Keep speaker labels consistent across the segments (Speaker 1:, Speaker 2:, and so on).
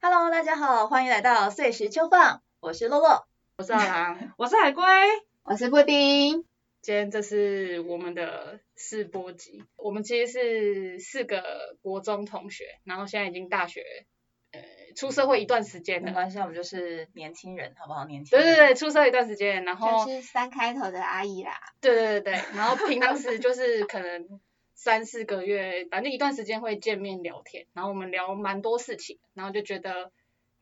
Speaker 1: Hello，大家好，欢迎来到碎石秋放，我是洛洛，
Speaker 2: 我是阿郎，我是海龟。
Speaker 1: 我是贵宾。
Speaker 2: 今天这是我们的试播集，我们其实是四个国中同学，然后现在已经大学，呃，出社会一段时间
Speaker 1: 没
Speaker 2: 了。
Speaker 1: 关系，我们就是年轻人，好不好？年轻
Speaker 2: 对
Speaker 1: 人。
Speaker 2: 对对，出社会一段时间，然后
Speaker 3: 就是三开头的阿姨啦，
Speaker 2: 对对对对，然后平常时就是可能三四个月，反正一段时间会见面聊天，然后我们聊蛮多事情，然后就觉得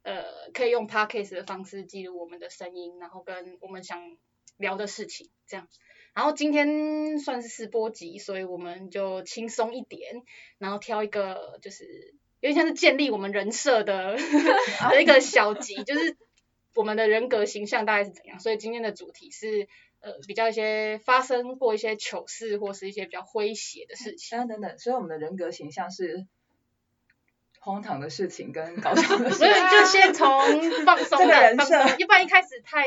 Speaker 2: 呃可以用 podcast 的方式记录我们的声音，然后跟我们想聊的事情这样。然后今天算是试播集，所以我们就轻松一点，然后挑一个就是有点像是建立我们人 设的的一个小集，就是我们的人格形象大概是怎样。所以今天的主题是呃比较一些发生过一些糗事或是一些比较诙谐的事情。
Speaker 1: 等等啊等等，所以我们的人格形象是荒唐的事情跟搞笑的事
Speaker 2: 所以
Speaker 1: 情。
Speaker 2: 就 先从放松
Speaker 1: 这个
Speaker 2: 的
Speaker 1: 人
Speaker 2: 放
Speaker 1: 设
Speaker 2: 松，一般一开始太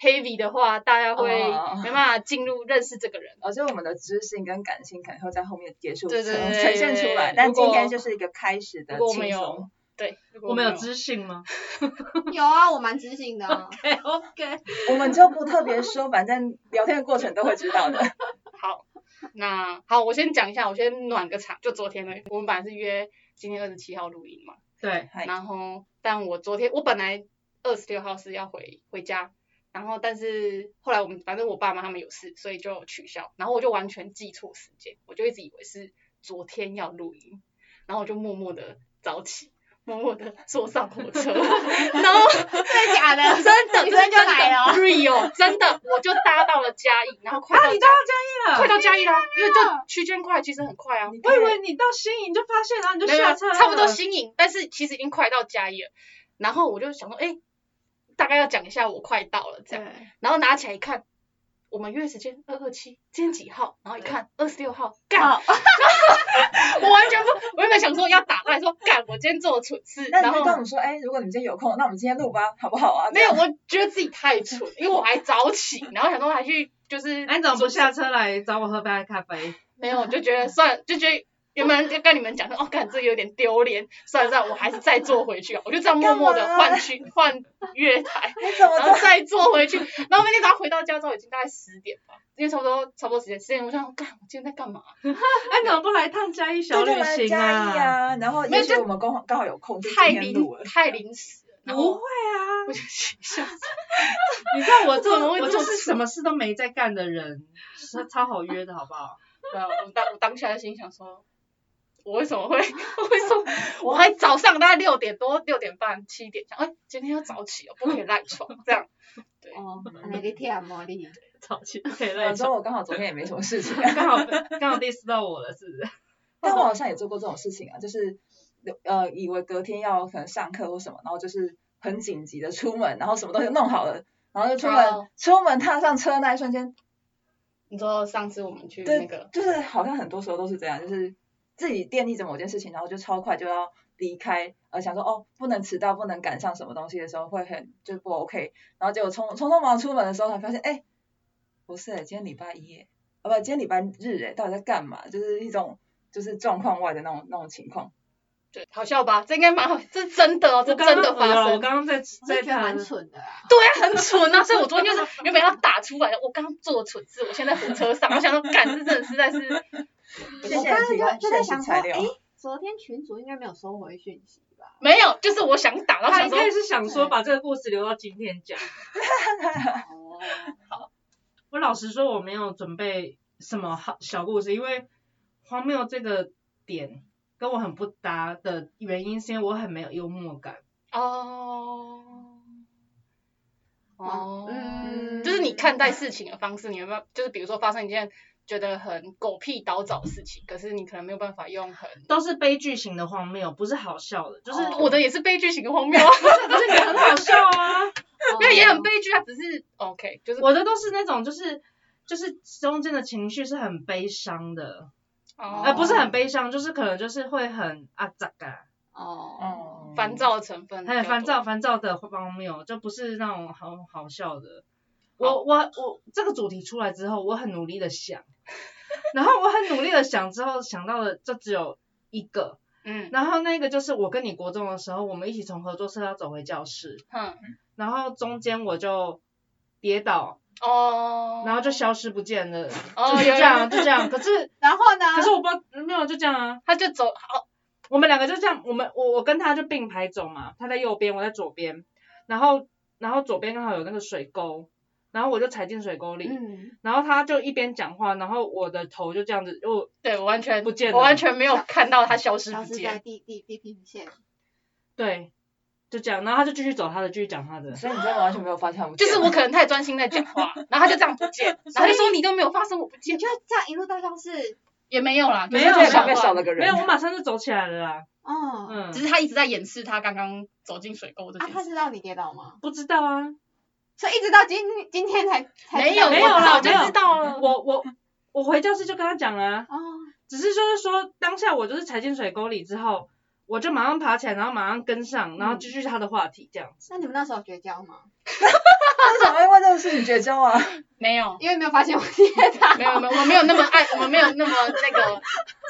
Speaker 2: heavy 的话，大家会
Speaker 1: 哦
Speaker 2: 没办法进入认识这个人。
Speaker 1: 哦，就是我们的知性跟感性可能会在后面结束
Speaker 2: 对对
Speaker 1: 呈
Speaker 2: 对
Speaker 1: 呈现出来，
Speaker 2: 如
Speaker 1: 但今
Speaker 2: 果
Speaker 1: 天就是一个开始的
Speaker 2: 如果我们
Speaker 1: 轻
Speaker 2: 有
Speaker 1: 松。
Speaker 2: 对，如果
Speaker 4: 我们有知性 吗
Speaker 3: 有啊，我蛮知性的、啊。
Speaker 4: ？OK，
Speaker 1: 我们就不特别说，反正聊天的过程都会知 道的。
Speaker 2: 好，那好，我先讲一下，我先暖个场。就昨天呢，我们本来是约今天二十七号录音嘛，
Speaker 4: 对，
Speaker 1: 嗨
Speaker 2: 然后但我昨天我本来二十六号是要回回家，然后但是后来我们反正我爸妈他们有事，所以就取消，然后我就完全记错时间，我就一直以为是昨天要录音，然后我就默默的早起。默默的坐上火车，然后
Speaker 3: 真的假的？
Speaker 2: 真的
Speaker 3: 你真的就来了哦
Speaker 2: r e a l 真的，我就搭到了嘉义，然后快到
Speaker 4: 啊，你到
Speaker 2: 快
Speaker 4: 嘉义了，
Speaker 2: 到嘉义啦，因为就区间快，其实很快啊。
Speaker 4: 我以为你到新营就发现，然后你就
Speaker 2: 没有
Speaker 4: 下车了
Speaker 2: 差不多新颖，但是其实已经快到嘉义了。然后我就想说，哎、大概要讲一下我快到了这样。
Speaker 3: 对，
Speaker 2: 然后拿起来一看，我们约时间二二七，今天几号？然后一看二十六号，干！
Speaker 4: 哦
Speaker 3: 好，
Speaker 2: 我完全不，我原本想说要打过来说 干，我今天做了蠢事，
Speaker 1: 那
Speaker 2: 然
Speaker 1: 你就
Speaker 2: 后
Speaker 1: 跟我们说，哎，如果你们今天有空，那我们今天录吧，好不好啊？
Speaker 2: 没有，我觉得自己太蠢，因为我还早起，然后想说还去就是，
Speaker 4: 哎那你怎么不下车来找我喝杯咖啡？哎
Speaker 2: 没有，就觉得算了，就觉得原本就跟你们讲说，哦，感这有点丢脸，算了算了，我还是再坐回去啊，我就这样默默的
Speaker 1: 干嘛
Speaker 2: 换去换月台，
Speaker 1: 你怎么
Speaker 2: 然后
Speaker 1: 这
Speaker 2: 再坐回去，然后那天早上回到家之后已经大概十点吧，因为差不多差不多时间十点，我想干，我今天在干嘛？
Speaker 4: 哎，你怎么不来一趟嘉义小
Speaker 1: 这就
Speaker 4: 旅
Speaker 1: 来
Speaker 4: 行
Speaker 1: 嘉义？啊？然后
Speaker 2: 没
Speaker 1: 也
Speaker 2: 有
Speaker 1: 许
Speaker 2: 就
Speaker 1: 我们刚好刚好有空，就
Speaker 2: 太
Speaker 1: 今天
Speaker 2: 临
Speaker 1: 录了。
Speaker 2: 太临时了，然
Speaker 4: 不
Speaker 2: 后
Speaker 4: 会啊，
Speaker 2: 我就想，
Speaker 4: 你知道我
Speaker 2: 怎么
Speaker 4: 做
Speaker 2: 会
Speaker 4: 我
Speaker 2: 做
Speaker 4: 就是什么事都没在干的 人，是超好约的好不好？
Speaker 2: 然后我当我当下就心想说。我为什么会？ 为什么？我还早上大概六点多、六点半、七点，想，哎，今天要早起哦，不可以赖床，这样。
Speaker 3: 哦，
Speaker 2: 嗯
Speaker 3: 那你听魔力，
Speaker 4: 早起可以
Speaker 1: 反
Speaker 4: 赖
Speaker 1: 正
Speaker 4: 床，
Speaker 1: 我刚好昨天也没什么事情、啊，
Speaker 4: 刚好刚好 diss 到我了，是不 是？
Speaker 1: 但我好像也做过这种事情啊，就是呃以为隔天要可能上课或什么，然后就是很紧急的出门，然后什么东西弄好了，然后就出门，
Speaker 2: 哦
Speaker 1: 出门踏上车那一瞬间，
Speaker 2: 你说上次我们去那
Speaker 1: 对，
Speaker 2: 个，
Speaker 1: 就是好像很多时候都是这样，就是自己惦记着某件事情，然后就超快就要离开，呃想说哦不能迟到，不能赶上什么东西的时候会很就不 OK，然后结果匆匆匆忙忙出门的时候才发现，哎，不是、今天礼拜一、欸，啊不，今天礼拜日哎、到底在干嘛？就是一种就是状况外的那种那种情况。
Speaker 2: 对，好笑吧？这应该蛮好，这是真的哦，这
Speaker 4: 我刚
Speaker 2: 真
Speaker 4: 刚
Speaker 2: 的发
Speaker 4: 有了我
Speaker 2: 生。
Speaker 4: 刚刚在在
Speaker 3: 这觉得
Speaker 4: 看
Speaker 3: 蛮，蠢的啊。
Speaker 2: 对啊，很蠢啊！所以我昨天就是原本要打出来的，我刚做蠢事，我现在火车上，我想说，干这真的实在是，
Speaker 1: 谢
Speaker 3: 我
Speaker 1: 谢
Speaker 3: 刚刚
Speaker 1: 提供
Speaker 3: 就就在
Speaker 1: 现实
Speaker 3: 想说，
Speaker 1: 材料
Speaker 3: 哎，昨天群主应该没有收回讯息吧？
Speaker 2: 没有，就是我想打，然后
Speaker 4: 他
Speaker 2: 想
Speaker 4: 应
Speaker 2: 说，
Speaker 4: 该是想说把这个故事留到今天讲。
Speaker 3: 哦，
Speaker 4: 我老实说，我没有准备什么好小故事，因为荒谬这个点跟我很不搭的原因，是因为我很没有幽默感。
Speaker 2: 哦，哦，
Speaker 3: 嗯
Speaker 2: 就是你看待事情的方式，你有没有？就是比如说发生一件觉得很狗屁倒灶的事情，可是你可能没有办法用很，
Speaker 4: 都是悲剧型的荒谬，不是好笑的，就是、
Speaker 3: 哦
Speaker 2: 我的也是悲剧型的荒 谬啊，
Speaker 4: 不是很好笑啊。
Speaker 3: 哦
Speaker 2: 因为也很悲剧啊，只是 OK，就是
Speaker 4: 我的都是那种就是就是中间的情绪是很悲伤的，
Speaker 2: 哦
Speaker 4: 哎、不是很悲伤，就是可能就是会很啊咋嘎，
Speaker 3: 哦，
Speaker 1: 嗯，
Speaker 2: 烦躁的成分，
Speaker 4: 很烦躁。烦躁的荒谬，就不是那种好好笑的。
Speaker 2: 哦
Speaker 4: 我我我这个主题出来之后，我很努 力的想，然后我很努力的想之后想到的就只有一个，
Speaker 2: 嗯
Speaker 4: 然后那个就是我跟你国中的时候，我们一起从合作社要走回教室，
Speaker 2: 哼
Speaker 4: 然后中间我就跌倒，
Speaker 2: 哦，
Speaker 4: 然后就消失不见了，
Speaker 2: 哦
Speaker 4: 就是
Speaker 2: 有
Speaker 4: 这样，
Speaker 2: 有啊
Speaker 4: 就这样。可 是
Speaker 3: 然后呢？
Speaker 4: 可是我不知道没有就这样啊，
Speaker 2: 他就走哦，
Speaker 4: 我们两个就这样，我们我我跟他就并排走嘛，他在右边，我在左边，然后然后左边刚好有那个水沟，然后我就踩进水沟里，
Speaker 3: 嗯，
Speaker 4: 然后他就一边讲话，然后我的头就这样子，哦我
Speaker 2: 对我完全
Speaker 4: 不见了
Speaker 2: 我完全没有看到他消失
Speaker 3: 消
Speaker 2: 不
Speaker 3: 失在
Speaker 2: 见，
Speaker 3: 地地地平线，
Speaker 4: 对，就这样，然后他就继续走他的，继续讲他的，
Speaker 1: 所以你真的完全没有发现他不
Speaker 2: 就
Speaker 1: 见
Speaker 2: 是
Speaker 1: 吗
Speaker 2: 我可能太专心在讲话，然后他就这样不见，然后就说你都没有发生我不
Speaker 3: 你
Speaker 2: 见，
Speaker 3: 就这样一路到教室，
Speaker 2: 也没有啦，就是
Speaker 4: 没有
Speaker 2: 在
Speaker 1: 在旁边
Speaker 2: 讲话
Speaker 1: 少了个
Speaker 4: 没
Speaker 1: 人。
Speaker 4: 有，我马上就走起来了啦，
Speaker 3: 嗯，啊，
Speaker 4: 嗯
Speaker 2: 哦只，是他一直在掩饰他刚刚走进水沟这件
Speaker 3: 他
Speaker 2: 事。
Speaker 3: 知道你跌倒吗？
Speaker 4: 不知道啊，
Speaker 2: 哦
Speaker 3: 所以一直到今今天才才
Speaker 2: 没有，
Speaker 4: 没
Speaker 2: 我
Speaker 4: 有啦
Speaker 2: 早就
Speaker 4: 没有
Speaker 2: 知道啊了。
Speaker 4: 我我我回教室就跟他讲啦、
Speaker 3: 哦，
Speaker 4: 只是就是说当下我就是踩进水沟里之后，我就马上爬起来，然后马上跟上，然后继续他的话题这样子。
Speaker 3: 那你们那时候绝交吗？
Speaker 1: 他怎么会问这个事情绝交啊？
Speaker 2: 没有，
Speaker 3: 因为没有发现我跌倒，
Speaker 2: 没有，没有，我没有那么爱，我没有那么那个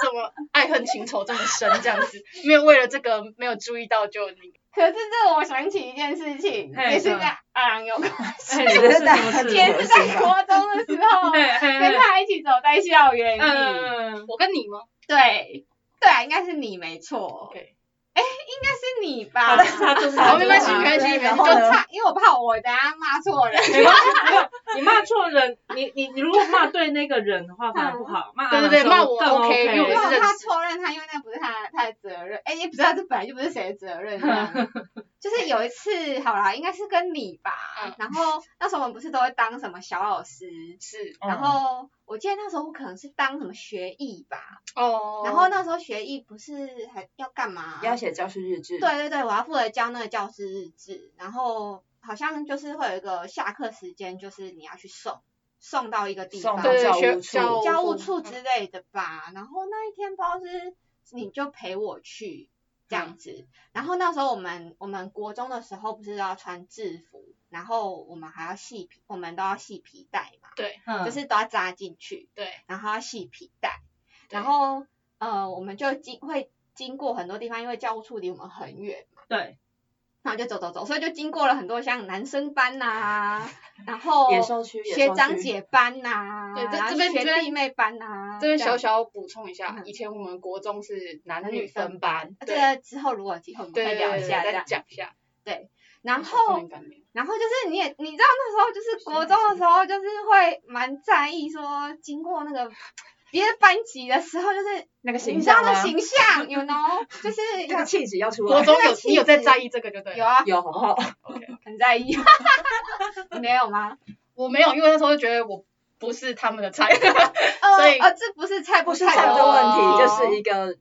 Speaker 2: 这么爱恨情仇这么深这样子，没有为了这个没有注意到就你
Speaker 3: 可是这我想起一件事情，
Speaker 4: 嘿
Speaker 3: 也是
Speaker 4: 对
Speaker 3: 跟阿郎有关
Speaker 4: 哎，
Speaker 3: 系，
Speaker 4: 你
Speaker 1: 觉
Speaker 4: 的
Speaker 1: 得
Speaker 4: 是
Speaker 1: 大
Speaker 4: 什么
Speaker 1: 家
Speaker 4: 事？
Speaker 1: 觉
Speaker 3: 也
Speaker 1: 得
Speaker 3: 是在国中的时候
Speaker 4: 哎哎
Speaker 3: 跟
Speaker 4: 哎
Speaker 3: 他一起走在校园里，
Speaker 4: 嗯，
Speaker 2: 我跟你吗
Speaker 3: 对对啊，应该是你没错，
Speaker 2: ？OK，
Speaker 3: 应该是你
Speaker 4: 好，
Speaker 3: 吧
Speaker 4: 就？是他，就是他，
Speaker 2: 好没关系
Speaker 4: 就是他
Speaker 2: 没关系
Speaker 1: 对
Speaker 2: 没关系
Speaker 1: 然
Speaker 3: 就
Speaker 1: 后呢？
Speaker 3: 差，因为我怕我等下骂错人，
Speaker 4: 没关系，没有，你骂错人，你你你如果骂对那个人的话，反而不好，骂
Speaker 2: 对对对
Speaker 4: 阿郎
Speaker 2: 骂
Speaker 4: 说
Speaker 2: 我
Speaker 4: 更
Speaker 2: OK，因为
Speaker 3: 因
Speaker 2: 我
Speaker 3: 为
Speaker 2: 是
Speaker 3: 我
Speaker 2: 认
Speaker 3: 怕
Speaker 2: 识
Speaker 3: 错认他，因为那不是他他的责任，哎，也不是他这本来就不是谁的责任 这样。就是有一次，好啦，应该是跟你吧，
Speaker 2: 嗯
Speaker 3: 然后那时候我们不是都会当什么小老师，
Speaker 2: 是
Speaker 1: 嗯
Speaker 3: 然后我记得那时候我可能是当什么学艺吧，
Speaker 2: 哦，
Speaker 3: 然后？那时候学艺不是还要干嘛？
Speaker 1: 要写教师日志。
Speaker 3: 对对对，我要负责教那个教师日志，然后好像就是会有一个下课时间，就是你要去送送到一个地
Speaker 1: 送
Speaker 3: 方，
Speaker 1: 到
Speaker 2: 对
Speaker 1: 教务
Speaker 2: 学
Speaker 1: 处
Speaker 2: 务
Speaker 3: 教务处之类的吧。然后那一天不知道是你就陪我去这样子。
Speaker 1: 嗯
Speaker 3: 然后那时候我们我们国中的时候不是要穿制服，然后我们还要系皮，我们都要系皮带嘛，
Speaker 4: 嗯
Speaker 3: 就是都要扎进去，
Speaker 2: 对，
Speaker 3: 然后要系皮带。
Speaker 2: 对
Speaker 3: 然后呃，我们就经会经过很多地方，因为教务处离我们很远。
Speaker 4: 对，
Speaker 3: 然后就走走走，所以就经过了很多像男生班呐、然后
Speaker 1: 野兽区野
Speaker 3: 学
Speaker 1: 兽
Speaker 3: 长
Speaker 1: 区
Speaker 3: 姐班呐、
Speaker 2: 对这
Speaker 3: 然后
Speaker 2: 这边这
Speaker 3: 学
Speaker 2: 边
Speaker 3: 弟妹班呐、啊
Speaker 2: 这边小
Speaker 3: 小
Speaker 2: 小补充一下，
Speaker 3: 嗯
Speaker 2: 以前我们国中是男
Speaker 3: 男
Speaker 2: 女
Speaker 3: 女分
Speaker 2: 分班，
Speaker 3: 这
Speaker 2: 对
Speaker 3: 个之后如果有机会我们
Speaker 2: 对
Speaker 3: 会
Speaker 2: 对
Speaker 3: 聊
Speaker 2: 对，
Speaker 3: 一下这
Speaker 2: 再
Speaker 3: 样。
Speaker 2: 讲一下。
Speaker 3: 然
Speaker 2: 少
Speaker 3: 后
Speaker 2: 年感言
Speaker 3: 然后就是你也你知道那时候就是国中的时候就是会蛮在意说经过那个别的班级的时候就是
Speaker 1: 那个
Speaker 3: 你
Speaker 1: 形
Speaker 3: 知道
Speaker 1: 象
Speaker 3: 那
Speaker 1: 吗？
Speaker 3: 形象，you know，就是
Speaker 1: 那个气质要出
Speaker 2: 国
Speaker 1: 来。
Speaker 2: 中
Speaker 3: 这个
Speaker 2: 有
Speaker 3: 气
Speaker 2: 你有在
Speaker 3: 质
Speaker 2: 在意这个就对
Speaker 3: 有
Speaker 2: 了，
Speaker 3: 啊
Speaker 1: 有好不好？
Speaker 3: 很在意， 你没有吗？
Speaker 2: 我没有，因为那时候就觉得我不是他们的菜，所
Speaker 3: 呃
Speaker 2: 以
Speaker 3: 呃，这不是菜
Speaker 1: 不是
Speaker 3: 菜
Speaker 1: 菜的问
Speaker 2: 哦
Speaker 1: 题，就是一个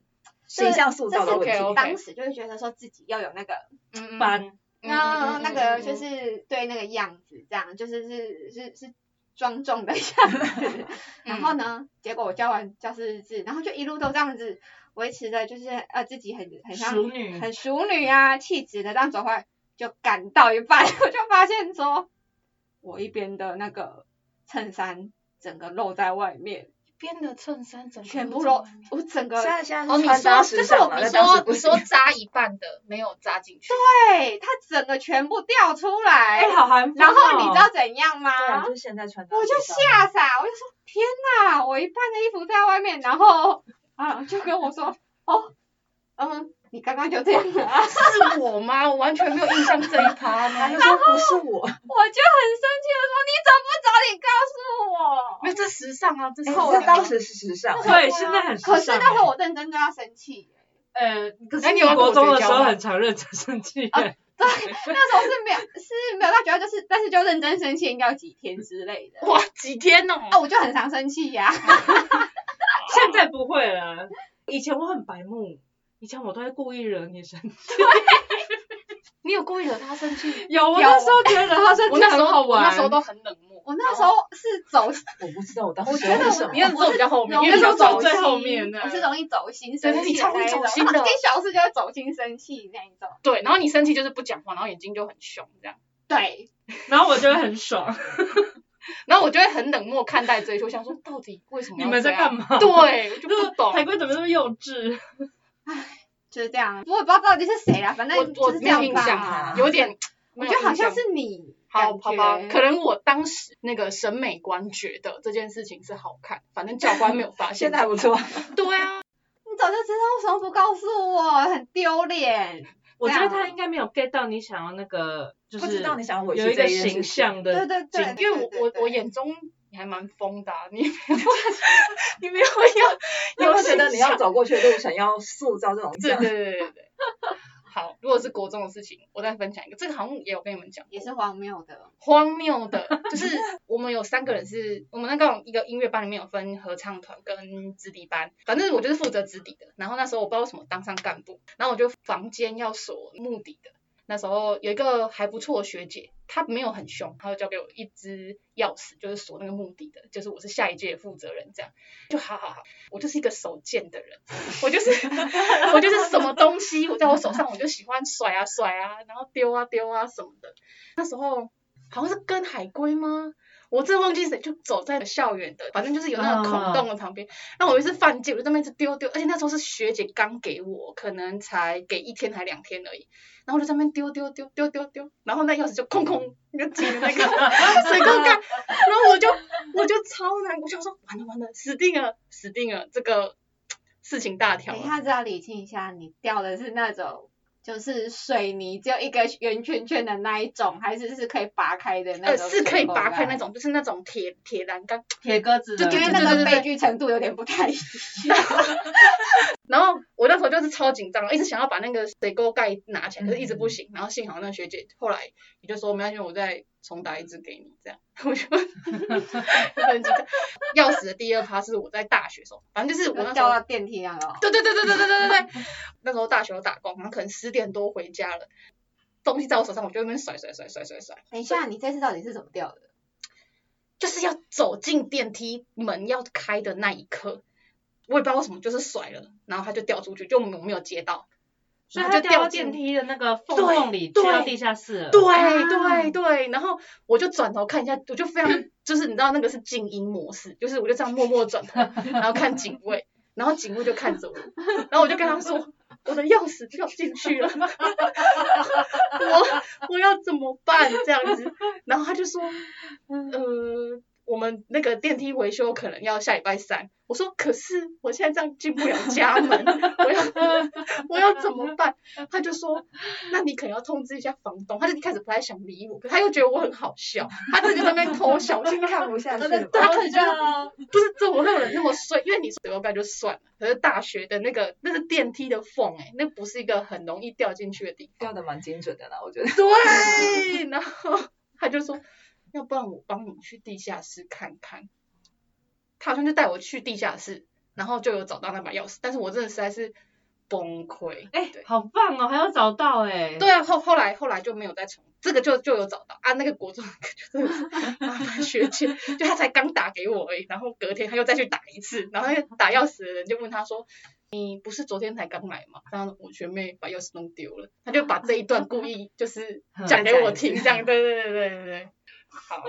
Speaker 1: 形象塑造的问
Speaker 2: 这是
Speaker 1: 题。
Speaker 2: OK，OK
Speaker 3: 当时就会觉得说自己要有那个，
Speaker 2: 嗯
Speaker 4: 班，
Speaker 3: 那那个就。
Speaker 2: 嗯嗯嗯嗯嗯
Speaker 3: 是对那个样子，这样就是是是是庄重的样子。然后呢，结果我教完教师日志，然后就一路都这样子维持着，就是呃自己很很像
Speaker 4: 熟女
Speaker 3: 很淑女啊气质的这样走回来，就赶到一半， 我就发现说，我一边的那个衬衫整个露在外面，
Speaker 2: 边的衬衫整个
Speaker 3: 全
Speaker 2: 都
Speaker 3: 部
Speaker 2: 是
Speaker 3: 露，我整个
Speaker 1: 现在现在
Speaker 2: 哦，
Speaker 1: 是
Speaker 2: 你
Speaker 1: 穿
Speaker 2: 说
Speaker 1: 搭
Speaker 2: 就
Speaker 1: 时
Speaker 2: 是
Speaker 1: 尚
Speaker 2: 我
Speaker 1: 嘛？
Speaker 2: 你
Speaker 1: 那当
Speaker 2: 说
Speaker 1: 时不
Speaker 2: 你
Speaker 1: 行
Speaker 2: 说扎一半的没有扎进去，
Speaker 3: 对，它整个全部掉出来。
Speaker 4: 哎，好韩风
Speaker 3: 然
Speaker 4: 哦
Speaker 3: 后你知道怎样吗？
Speaker 1: 对啊，就是现在穿搭
Speaker 3: 我
Speaker 1: 时
Speaker 3: 就
Speaker 1: 尚
Speaker 3: 吓傻，我就说天哪，我一半的衣服在外面，然后 啊就跟我说 哦，嗯，你刚刚就这样了啊，
Speaker 2: 是我吗？我完全没有印象这一趴
Speaker 1: 他就
Speaker 2: 呢。
Speaker 1: 说不是我，
Speaker 3: 我就很生气的说你怎么不早点告诉我？
Speaker 2: 没有，这时尚啊，这
Speaker 1: 哎，
Speaker 2: 时
Speaker 3: 后
Speaker 2: 尚
Speaker 3: 来
Speaker 1: 这
Speaker 2: 啊。
Speaker 1: 当时是时尚。
Speaker 4: 对，现在很时尚
Speaker 3: 可是那时候我认真对他生气耶，
Speaker 4: 呃，可
Speaker 2: 那
Speaker 4: 是
Speaker 2: 你
Speaker 4: 你
Speaker 2: 有要跟我
Speaker 4: 国中的
Speaker 2: 绝
Speaker 4: 时
Speaker 2: 交吗
Speaker 4: 候很常认真生气欸耶，
Speaker 3: 对，那时候是没有 是没有到觉得就是，但是就认真生气应该有几天之类 的。
Speaker 2: 哇，几天哦！
Speaker 3: 啊，我就很常生气呀、
Speaker 4: 现在不会了。以前我很白目，以前我都会故意惹你生气。
Speaker 2: 你有故意惹他生气？
Speaker 4: 有，我
Speaker 3: 有
Speaker 4: 那时候觉得他生
Speaker 2: 我
Speaker 4: 气
Speaker 2: 那时
Speaker 4: 很好
Speaker 2: 候我
Speaker 4: 玩。
Speaker 2: 那时候都很冷漠。
Speaker 3: 我那时候是走，
Speaker 1: 我不知道我当时
Speaker 3: 我觉
Speaker 1: 为
Speaker 3: 得我
Speaker 1: 什么
Speaker 2: 你。很走比较后面，
Speaker 3: 容
Speaker 2: 因
Speaker 3: 易
Speaker 2: 为那时候
Speaker 4: 我
Speaker 2: 走
Speaker 4: 走
Speaker 2: 最
Speaker 4: 最
Speaker 2: 后
Speaker 4: 后
Speaker 2: 面的。
Speaker 3: 我是容易走心
Speaker 2: 对
Speaker 3: 生
Speaker 2: 对
Speaker 3: 气
Speaker 2: 你
Speaker 3: 的
Speaker 2: 超
Speaker 3: 那
Speaker 2: 会
Speaker 3: 一种，
Speaker 2: 走心的
Speaker 3: 一小事就会走心生气那一种。
Speaker 2: 对，然后你生气就是不讲话，然后眼睛就很凶这样，
Speaker 3: 对，
Speaker 4: 然后我就会很爽。
Speaker 2: 然后我就会很冷漠看待追求，想说到底为什么
Speaker 4: 你
Speaker 2: 要
Speaker 4: 们
Speaker 2: 这
Speaker 4: 在
Speaker 2: 样
Speaker 4: 干嘛？
Speaker 2: 对，我就不
Speaker 4: 就是
Speaker 2: 懂。
Speaker 4: 海龟怎么那么幼稚？
Speaker 3: 就是这样。我也不知道到底是谁啦，反
Speaker 2: 我
Speaker 3: 正
Speaker 2: 我
Speaker 3: 就是这
Speaker 2: 没有
Speaker 3: 样
Speaker 2: 印
Speaker 3: 吧。
Speaker 2: 象啊
Speaker 1: 吧
Speaker 2: 有点，
Speaker 3: 我
Speaker 2: 没
Speaker 3: 觉
Speaker 2: 有
Speaker 3: 得好
Speaker 2: 印
Speaker 3: 像
Speaker 2: 象
Speaker 3: 是你
Speaker 2: 好，
Speaker 3: 感
Speaker 2: 好吧，
Speaker 3: 觉
Speaker 2: 可能我当时那个审美观觉得这件事情是好看，反正教官没有发现。
Speaker 1: 现在还不错。
Speaker 2: 对啊，
Speaker 3: 你早就知道，为什么不告诉我？很丢脸。
Speaker 4: 我觉
Speaker 3: 这
Speaker 4: 得
Speaker 3: 样
Speaker 4: 他应该没有 get 到你想要那个，就是
Speaker 1: 不知道你想要委屈
Speaker 4: 有一
Speaker 1: 这
Speaker 4: 个
Speaker 1: 一件事情
Speaker 4: 形象的
Speaker 3: 对对对
Speaker 4: 景，
Speaker 2: 因为
Speaker 3: 对
Speaker 2: 我我
Speaker 3: 对
Speaker 2: 我眼中你还蛮疯的啊、你没有你没有 要
Speaker 1: 因
Speaker 2: 有
Speaker 1: 为觉得你要
Speaker 2: 形象
Speaker 1: 走过去的路程要塑造这种这
Speaker 2: 对
Speaker 1: 样
Speaker 2: 对对对 对。好，如果是国中的事情，我再分享一个，这个好像也有跟你们讲过，
Speaker 3: 也是荒谬的。
Speaker 2: 荒谬的，就是我们有三个人是，我们那个一个音乐班里面有分合唱团跟直笛班，反正我就是负责直笛的。然后那时候我不知道为什么当上干部，然后我就房间要锁木笛的。那时候有一个还不错的学姐，她没有很凶，她就交给我一支钥匙，就是锁那个木笛的，就是我是下一届的负责人这样，就好好好，我就是一个手贱的人，我就是我就是什么东西我在我手上我就喜欢甩啊甩啊，然后丢啊丢啊什么的。好像是跟海龟吗？我真的忘记谁，就走在校园的，反正就是有那个孔洞的旁边。那、我我就是犯贱，我就在那边一直丢丢，而且那时候是学姐刚给我，可能才给一天还两天而已。然后我就在那边丢丢丢丢丢丢，然后那钥匙就空空，就进了那个水沟盖，然后我就我就超难过，我想说完了完了，死定了死定了，这个事情大条
Speaker 3: 等一
Speaker 2: 了。
Speaker 3: 下，再理清一下，你掉的是那种就是水泥，只有一个圆圈圈的那一种，还是是可以拔开的那
Speaker 2: 呃，
Speaker 3: 种？
Speaker 2: 是可以拔开那。种，就是那种铁铁栏杆，
Speaker 4: 铁鸽子
Speaker 2: 就
Speaker 4: 的
Speaker 3: 因为
Speaker 2: 对对
Speaker 3: 那
Speaker 2: 对对
Speaker 3: 个
Speaker 2: 对
Speaker 3: 悲剧程度有点不太一样。
Speaker 2: 然后我那时候就是超紧张，一直想要把那个水沟盖拿起来，可是一直不行。然后幸好那学姐后来也就说没关系，我再重打一支给你，这样 我就就很紧张。钥匙的第二趴是我在大学时候，反正就是我那时
Speaker 3: 掉
Speaker 2: 候
Speaker 3: 到电梯那个哦。
Speaker 2: 对对对对对对对对对，那时候大学有打工，然后可能十点多回家了，东西在我手上，我就在那边甩甩甩甩甩甩，
Speaker 3: 等一下，你这次到底是怎么掉的？
Speaker 2: 就是要走进电梯门要开的那一刻。我也不知道为什么，就是甩了，然后它就掉出去，就我们没有接到，
Speaker 4: 所以
Speaker 2: 然后
Speaker 4: 他
Speaker 2: 就
Speaker 4: 掉
Speaker 2: 掉
Speaker 4: 到
Speaker 2: 进
Speaker 4: 电梯的那个缝
Speaker 2: 对
Speaker 4: 缝里，去到
Speaker 2: 对
Speaker 4: 地下室了。
Speaker 3: 啊
Speaker 2: 对对对，然后我就转头看一下，我就非常就是你知道那个是静音模式，就是我就这样默默转头，然后看警卫，然后警卫就看着我，然后我就跟他说我的钥匙掉进去了， 我我要怎么办这样子？然后他就说呃。我们那个电梯维修可能要下礼拜三，我说可是我现在这样进不了家门，我要我要怎么办？他就说，那你可能要通知一下房东。他就一开始不太想理我，可他又觉得我很好笑，他自己在那边偷笑，我心看
Speaker 1: 看不下去
Speaker 3: 真的
Speaker 1: 了吧。
Speaker 2: 对他可能觉得
Speaker 3: 哦
Speaker 2: 不是怎么会有人那么衰？因为你水油盖就算了，可是大学的那个那是电梯的缝，哎，那不是一个很容易掉进去的地
Speaker 1: 掉的蛮精准的啦，我觉得。
Speaker 2: 对， 然后他就说，要不然我帮你去地下室看看。他好像就带我去地下室，然后就有找到那把钥匙，但是我真的实在是崩溃。
Speaker 4: 哎
Speaker 2: 对，
Speaker 4: 好棒哦，还有找到哎。
Speaker 2: 对啊，后后来后来就没有再重，这个就就有找到啊，那个国中那个就真的是麻烦学姐，就他才刚打给我而已，然后隔天他又再去打一次，然后那个打钥匙的人就问他说。你不是昨天才刚来吗？然后我学妹把钥匙弄丢了，他就把这一段故意就是讲给我听，这样对对对对对对。好，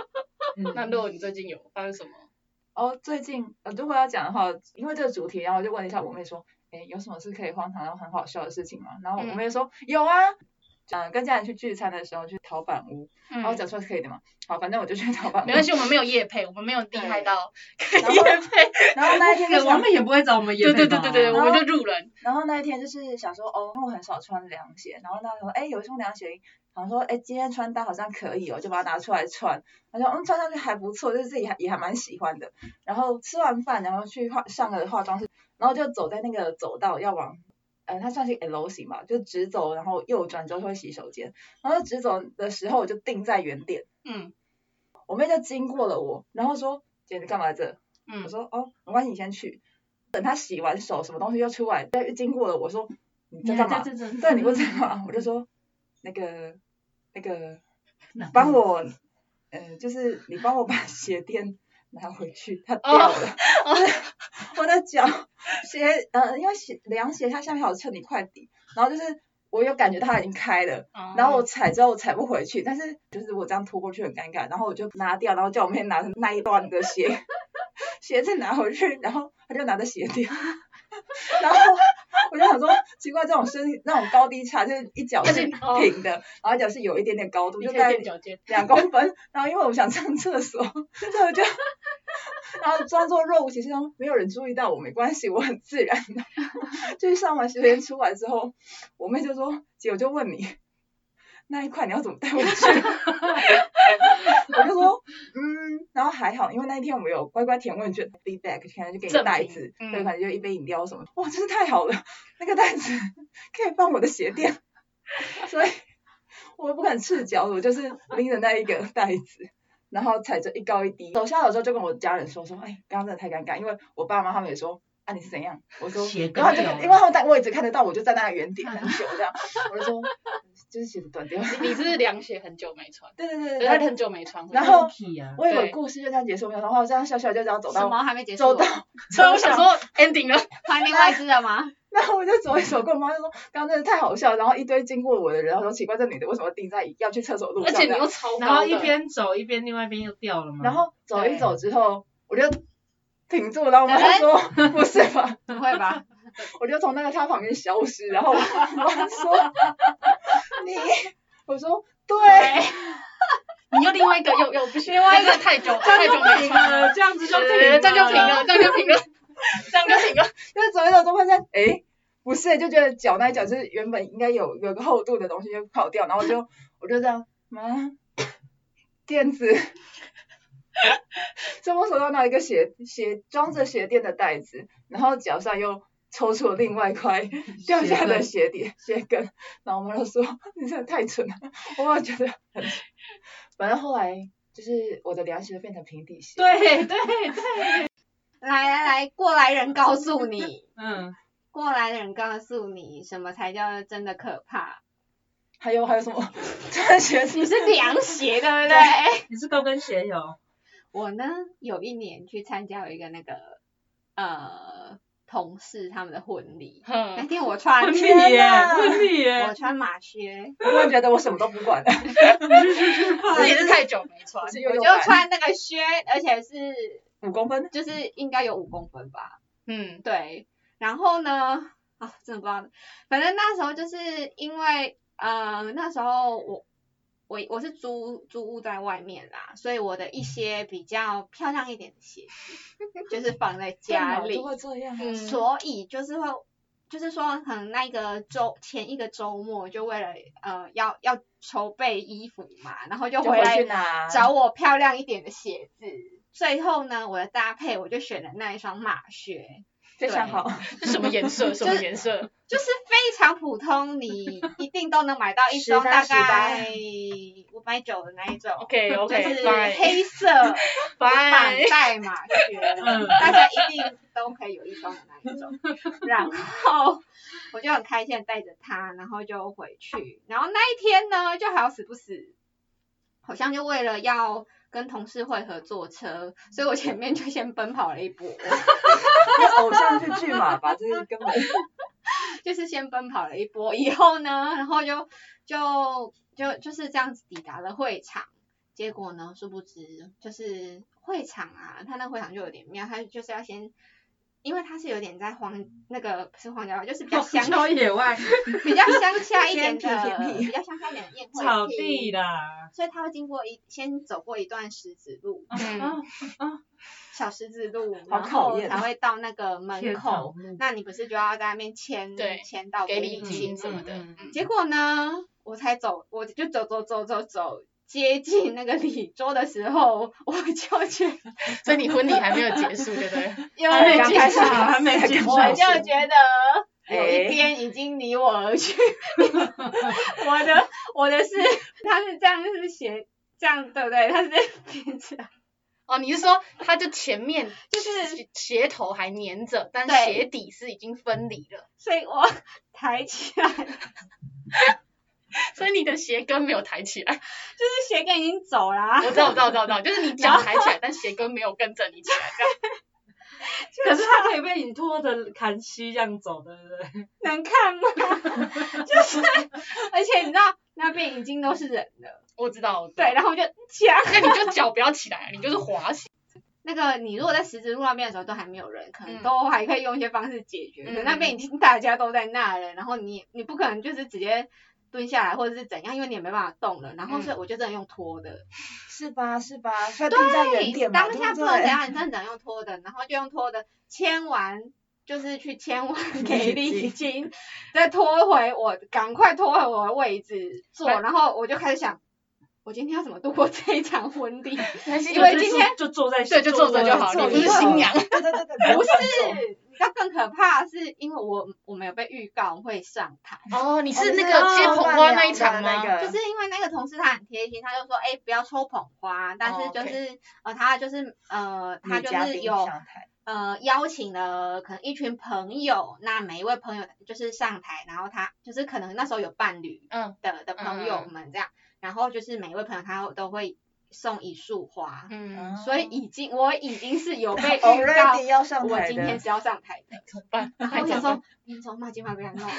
Speaker 2: 那
Speaker 1: 嗯
Speaker 2: 肉你最近有发生什么？
Speaker 1: 哦，最近呃，如果要讲的话，因为这个主题，然后我就问一下我妹说，哎，有什么是可以荒唐到很好笑的事情吗？然后我妹说、有啊，嗯、跟家人去聚餐的时候去陶板屋，然后
Speaker 2: 嗯，
Speaker 1: 讲出来是可以的嘛，好，反正我就去陶板屋，
Speaker 2: 没关系，我们没有夜配，我们没有厉害到可以
Speaker 1: 然后
Speaker 2: 夜配，
Speaker 1: 然后那一天就
Speaker 4: 对，
Speaker 1: 想
Speaker 4: 我们也不会找我们
Speaker 2: 对
Speaker 4: 演
Speaker 2: 对对对对，我
Speaker 1: 然后
Speaker 2: 们就路人，
Speaker 1: 然后那一天就是想说，哦，因为我很少穿凉鞋，然后那时候，哎，有一双凉鞋，想说，哎，今天穿搭好像可以哦，就把它拿出来穿，他说，嗯，穿上去还不错，就是自己还也还蛮喜欢的。然后吃完饭，然后去化上个化妆室，然后就走在那个走道要往，呃，它算是 L 型吧，就直走，然后右转之后会洗手间，然后直走的时候我就定在原点，
Speaker 2: 嗯
Speaker 1: 我妹就经过了我，然后说，姐你干嘛在这？
Speaker 2: 嗯
Speaker 1: 我，说哦，没关系，你先去。等他洗完手，什么东西又出来，再又经过了，我说你在干嘛？
Speaker 4: 对对
Speaker 1: 对，你会在 干嘛？我就说那个那个，
Speaker 2: 嗯
Speaker 1: 帮我，呃，就是你帮我把鞋垫拿回去，它掉了。 我的脚鞋，呃，因为鞋凉鞋它下面还有衬一块底，然后就是我有感觉它已经开了，然后我踩之后我踩不回去，但是就是我这样拖过去很尴尬，然后我就拿掉，然后叫我妹拿着那一段的 鞋，鞋子拿回去，然后她就拿着鞋垫，然后我就想说，奇怪，这种身体那种高低差就是一脚
Speaker 2: 而
Speaker 1: 是
Speaker 2: 且哦
Speaker 1: 平的，然后一脚是有一点点高度，
Speaker 2: 你
Speaker 1: 就
Speaker 2: 可以
Speaker 1: 在
Speaker 2: 垫脚尖，
Speaker 1: 两公分，然后因为我想上厕所，所以我就，然后装作若无其事，说没有人注意到我，没关系，我很自然的。 就是上完十天出来之后，我妹就说：“姐，我就问你，那一块你要怎么带回去？” 我就说：“嗯。”然后还好，因为那一天我们有乖乖填问卷，feedback，可能就给你
Speaker 2: 赠
Speaker 1: 袋
Speaker 2: 品
Speaker 1: 子，
Speaker 2: 嗯
Speaker 1: 对，反正就一杯饮料什么。哇，真是太好了，那个袋子 可以放我的鞋垫， 所以。我不敢赤脚，我就是拎着那一个袋子，然后踩着一高一低。走下楼之后就跟我家人说说，哎，刚刚真的太尴尬，因为我爸妈他们也说，啊你是怎样？我说，
Speaker 4: 鞋跟
Speaker 1: 然后就
Speaker 4: 掉了
Speaker 1: 因为他们在我也只看得到，我就站在那原点很久这样，我就说，就是鞋子断掉了。
Speaker 2: 你你是不是凉鞋很久没穿，
Speaker 1: 对对对对
Speaker 2: 他
Speaker 1: 对，
Speaker 2: 很久没穿回去，
Speaker 1: 然后
Speaker 4: Loki 啊，
Speaker 1: 我以为
Speaker 2: 对
Speaker 1: 故事就这样结束，没有想到哇这样笑笑就这样走
Speaker 3: 什
Speaker 1: 到
Speaker 3: 么还没结束
Speaker 1: 走
Speaker 3: 哦？
Speaker 1: 到，
Speaker 2: 所以我想说 ending 了，
Speaker 3: 换另外一只了吗？
Speaker 1: 然后我就走一走过，我妈就说刚刚真的太好笑了，然后一堆经过我的人，然后说奇怪这女的为什么定在要去厕所的路
Speaker 2: 而
Speaker 1: 上
Speaker 2: 且
Speaker 1: 这
Speaker 2: 你
Speaker 1: 样？
Speaker 2: 又超
Speaker 4: 然
Speaker 2: 高
Speaker 4: 后
Speaker 2: 的，
Speaker 4: 一边走一边另外一边又掉了嘛，
Speaker 1: 然后走一
Speaker 2: 对
Speaker 1: 走之后，我就停住，然后我妈就说不是吧，
Speaker 3: 不会吧？
Speaker 1: 我就从那个他旁边消失，然后我妈说你，我说对，
Speaker 2: 你又另外一个又又不行，
Speaker 3: 另外一个
Speaker 2: 真的 太久太久 没
Speaker 4: 平
Speaker 2: 穿了，
Speaker 4: 了，这样子就
Speaker 2: 对
Speaker 4: 平
Speaker 2: 对
Speaker 4: 了，
Speaker 2: 对这样就平 了，这样就平了，这样就平 了，
Speaker 1: 就是走一走之后发现，诶，不是，就觉得脚那一脚就是原本应该有有个厚度的东西就跑掉，然后我就我就这样妈垫子。就我手上拿一个鞋鞋装着鞋垫的袋子，然后脚上又抽出了另外一块掉下的鞋底鞋跟，然后我妈就说你真的太蠢了，我觉得很，反正后来就是我的凉鞋变成平底鞋，
Speaker 4: 对对对，
Speaker 3: 来来来，过来人告诉 你，
Speaker 4: 嗯，
Speaker 3: 过来人告诉你，什么才叫真的可怕？
Speaker 1: 还有还有什么 穿鞋子，
Speaker 3: 你是凉鞋，对不对？
Speaker 4: 你是高跟鞋有，
Speaker 3: 我呢，有一年去参加了一个那个呃同事他们的婚礼，那
Speaker 2: 嗯，
Speaker 3: 啊天我穿
Speaker 4: 婚礼
Speaker 1: 天
Speaker 4: 耶，
Speaker 1: 哪
Speaker 4: 婚礼
Speaker 3: 我
Speaker 4: 耶，
Speaker 3: 穿马靴，
Speaker 1: 我会觉得我什么都不管了，
Speaker 2: 这也是太久没穿
Speaker 1: 我，是悠
Speaker 3: 我
Speaker 1: 悠
Speaker 3: 就
Speaker 1: 版
Speaker 3: 穿那个靴，而且是
Speaker 1: 五公分，
Speaker 3: 就是应该有五公分吧，
Speaker 2: 嗯，
Speaker 3: 对，然后呢，啊，真的不知道，反正那时候就是因为，呃，那时候我我我是租租屋在外面啦，所以我的一些比较漂亮一点的鞋子，就是放在家
Speaker 1: 电脑
Speaker 3: 里
Speaker 1: 就，会这样啊，
Speaker 2: 嗯
Speaker 3: 所以就是会，就是说可能那一个周前一个周末就为了呃要要筹备衣服嘛，然后就
Speaker 1: 就
Speaker 3: 回来
Speaker 1: 去拿，
Speaker 3: 找我漂亮一点的鞋子。最后呢，我的搭配我就选了那一双马靴，
Speaker 1: 非常好，
Speaker 2: 是什么颜色？什么颜色？
Speaker 3: 就是非常普通，你一定都能买到一双
Speaker 1: 十
Speaker 3: 大
Speaker 1: 搭十搭
Speaker 3: 概五百九的那一种
Speaker 2: OK
Speaker 3: 就
Speaker 2: OK，
Speaker 3: 是
Speaker 2: fine
Speaker 3: 黑色绑
Speaker 2: fine，
Speaker 3: 带马靴，
Speaker 4: 嗯
Speaker 3: 大家一定都可以有一双的那一种。然后我就很开心地带着它，然后就回去。然后那一天呢，就好死不死，好像就为了要跟同事会合坐车，所以我前面就先奔跑了一波。
Speaker 1: 偶像剧剧嘛吧，这是根本
Speaker 3: 就是先奔跑了一波，以后呢，然后就就就就是这样子抵达了会场。结果呢，殊不知就是会场啊，他那会场就有点妙，他就是要先，因为他是有点在荒那个不是荒郊野外，就是比较乡
Speaker 4: 郊野外，
Speaker 3: 比较乡下一点
Speaker 1: 偏僻偏
Speaker 3: 的，
Speaker 1: 僻
Speaker 3: 比较乡下一点的宴会
Speaker 4: 草地
Speaker 3: 厅，
Speaker 4: 啦，
Speaker 3: 所以他会经过一先走过一段石子路，
Speaker 2: 嗯，
Speaker 4: 啊
Speaker 3: 小石子路，
Speaker 1: 好
Speaker 3: 然
Speaker 1: 讨
Speaker 3: 后
Speaker 1: 厌
Speaker 3: 才会到那个门
Speaker 4: 天
Speaker 3: 口
Speaker 4: 堂路。
Speaker 3: 那你不是就要在那边签
Speaker 2: 对
Speaker 3: 签到
Speaker 2: 给
Speaker 3: 不
Speaker 2: 礼
Speaker 3: 一
Speaker 4: 嗯
Speaker 3: 致
Speaker 2: 金什么的，
Speaker 4: 嗯
Speaker 2: 嗯
Speaker 3: 结果呢，我才走，我就走走走走走，接近那个礼桌的时候，我就觉得
Speaker 2: 所以你婚礼还没有结束，对不对？
Speaker 3: 有
Speaker 4: 还没
Speaker 3: 人
Speaker 4: 进
Speaker 3: 进
Speaker 4: 场，还没
Speaker 1: 还
Speaker 4: 进场，
Speaker 1: 没
Speaker 3: 我就 觉得有
Speaker 1: 哎
Speaker 3: 一边已经离我而去。 我的我的是，他是这样是斜，这样对不对？他是平起来，
Speaker 2: 哦，你是说它就前面
Speaker 3: 就是
Speaker 2: 鞋鞋头还粘着，但
Speaker 3: 对
Speaker 2: 鞋底是已经分离了，
Speaker 3: 所以我抬起来，就是
Speaker 2: 所以你的鞋跟没有抬起来。
Speaker 3: 鞋跟已经走啦、
Speaker 2: 我知道，我知道，我知道，我知道，就是你脚抬起来，但鞋跟没有跟着你起来，这样。
Speaker 4: 可是他可以被你拖着砍膝这样走，对不对？
Speaker 3: 能看吗？ 就是，而且你知道那边已经都是人了，
Speaker 2: 我知道，我知道
Speaker 3: 对，。然后我就起来
Speaker 2: 啊那你就脚不要起来，你就是滑行。
Speaker 3: 那个你如果在十字路那边的时候都还没有人，可能
Speaker 2: 嗯
Speaker 3: 都还可以用一些方式解决。可是那边
Speaker 2: 嗯
Speaker 3: 已经大家都在那了，然后你你不可能就是直接蹲下来或者是怎样，因为你也没办法动了。然后所以我就真的用拖的，
Speaker 1: 是吧？是吧？他定在原点嘛，
Speaker 3: 当
Speaker 1: 对
Speaker 3: 下
Speaker 1: 不
Speaker 3: 不能怎
Speaker 1: 对？
Speaker 3: 样，你真的只能用拖的，然后就用拖的签完。就是去签完给礼金，再拖回我，赶快拖回我的位置坐，
Speaker 2: 哎
Speaker 3: 然后我就开始想，我今天要怎么度过这一场婚礼？
Speaker 2: 因
Speaker 3: 因为今天
Speaker 4: 就坐在
Speaker 2: 对就坐着就好
Speaker 1: 坐
Speaker 2: 你不是
Speaker 1: 着
Speaker 2: 新 娘
Speaker 1: 对对对对，
Speaker 3: 不
Speaker 1: 不
Speaker 3: 是，你知道更可怕的是，因为我我们有被预告会上台，
Speaker 2: 哦，你
Speaker 1: 你
Speaker 2: 是那个接捧花那一场
Speaker 1: 那
Speaker 2: 吗？
Speaker 1: 个，
Speaker 3: 就是因为那个同事他很贴心，他就说，哎、不要抽捧花，但
Speaker 2: 哦
Speaker 3: 是
Speaker 2: ，OK
Speaker 3: 就是、呃，他就是呃，他
Speaker 1: 女
Speaker 3: 就
Speaker 1: 嘉
Speaker 3: 是
Speaker 1: 宾
Speaker 3: 有
Speaker 1: 上台
Speaker 3: 呃邀请了可能一群朋友，那每一位朋友就是上台，然后他就是可能那时候有伴侣
Speaker 2: 嗯
Speaker 3: 的的朋友
Speaker 2: 嗯嗯
Speaker 3: 们这样，然后就是每一位朋友他都会送一束花，
Speaker 2: 嗯，
Speaker 3: 所以已经我已经是有 被预告。
Speaker 1: ，already ，Oh, 要上
Speaker 3: 我
Speaker 1: 台
Speaker 3: 今天
Speaker 1: 的，
Speaker 3: 是要上台的，
Speaker 2: 怎么 办？
Speaker 3: 然后我
Speaker 2: 太
Speaker 3: 想
Speaker 2: 早
Speaker 3: 说
Speaker 2: 了，
Speaker 3: 年终嘛，今晚不想弄，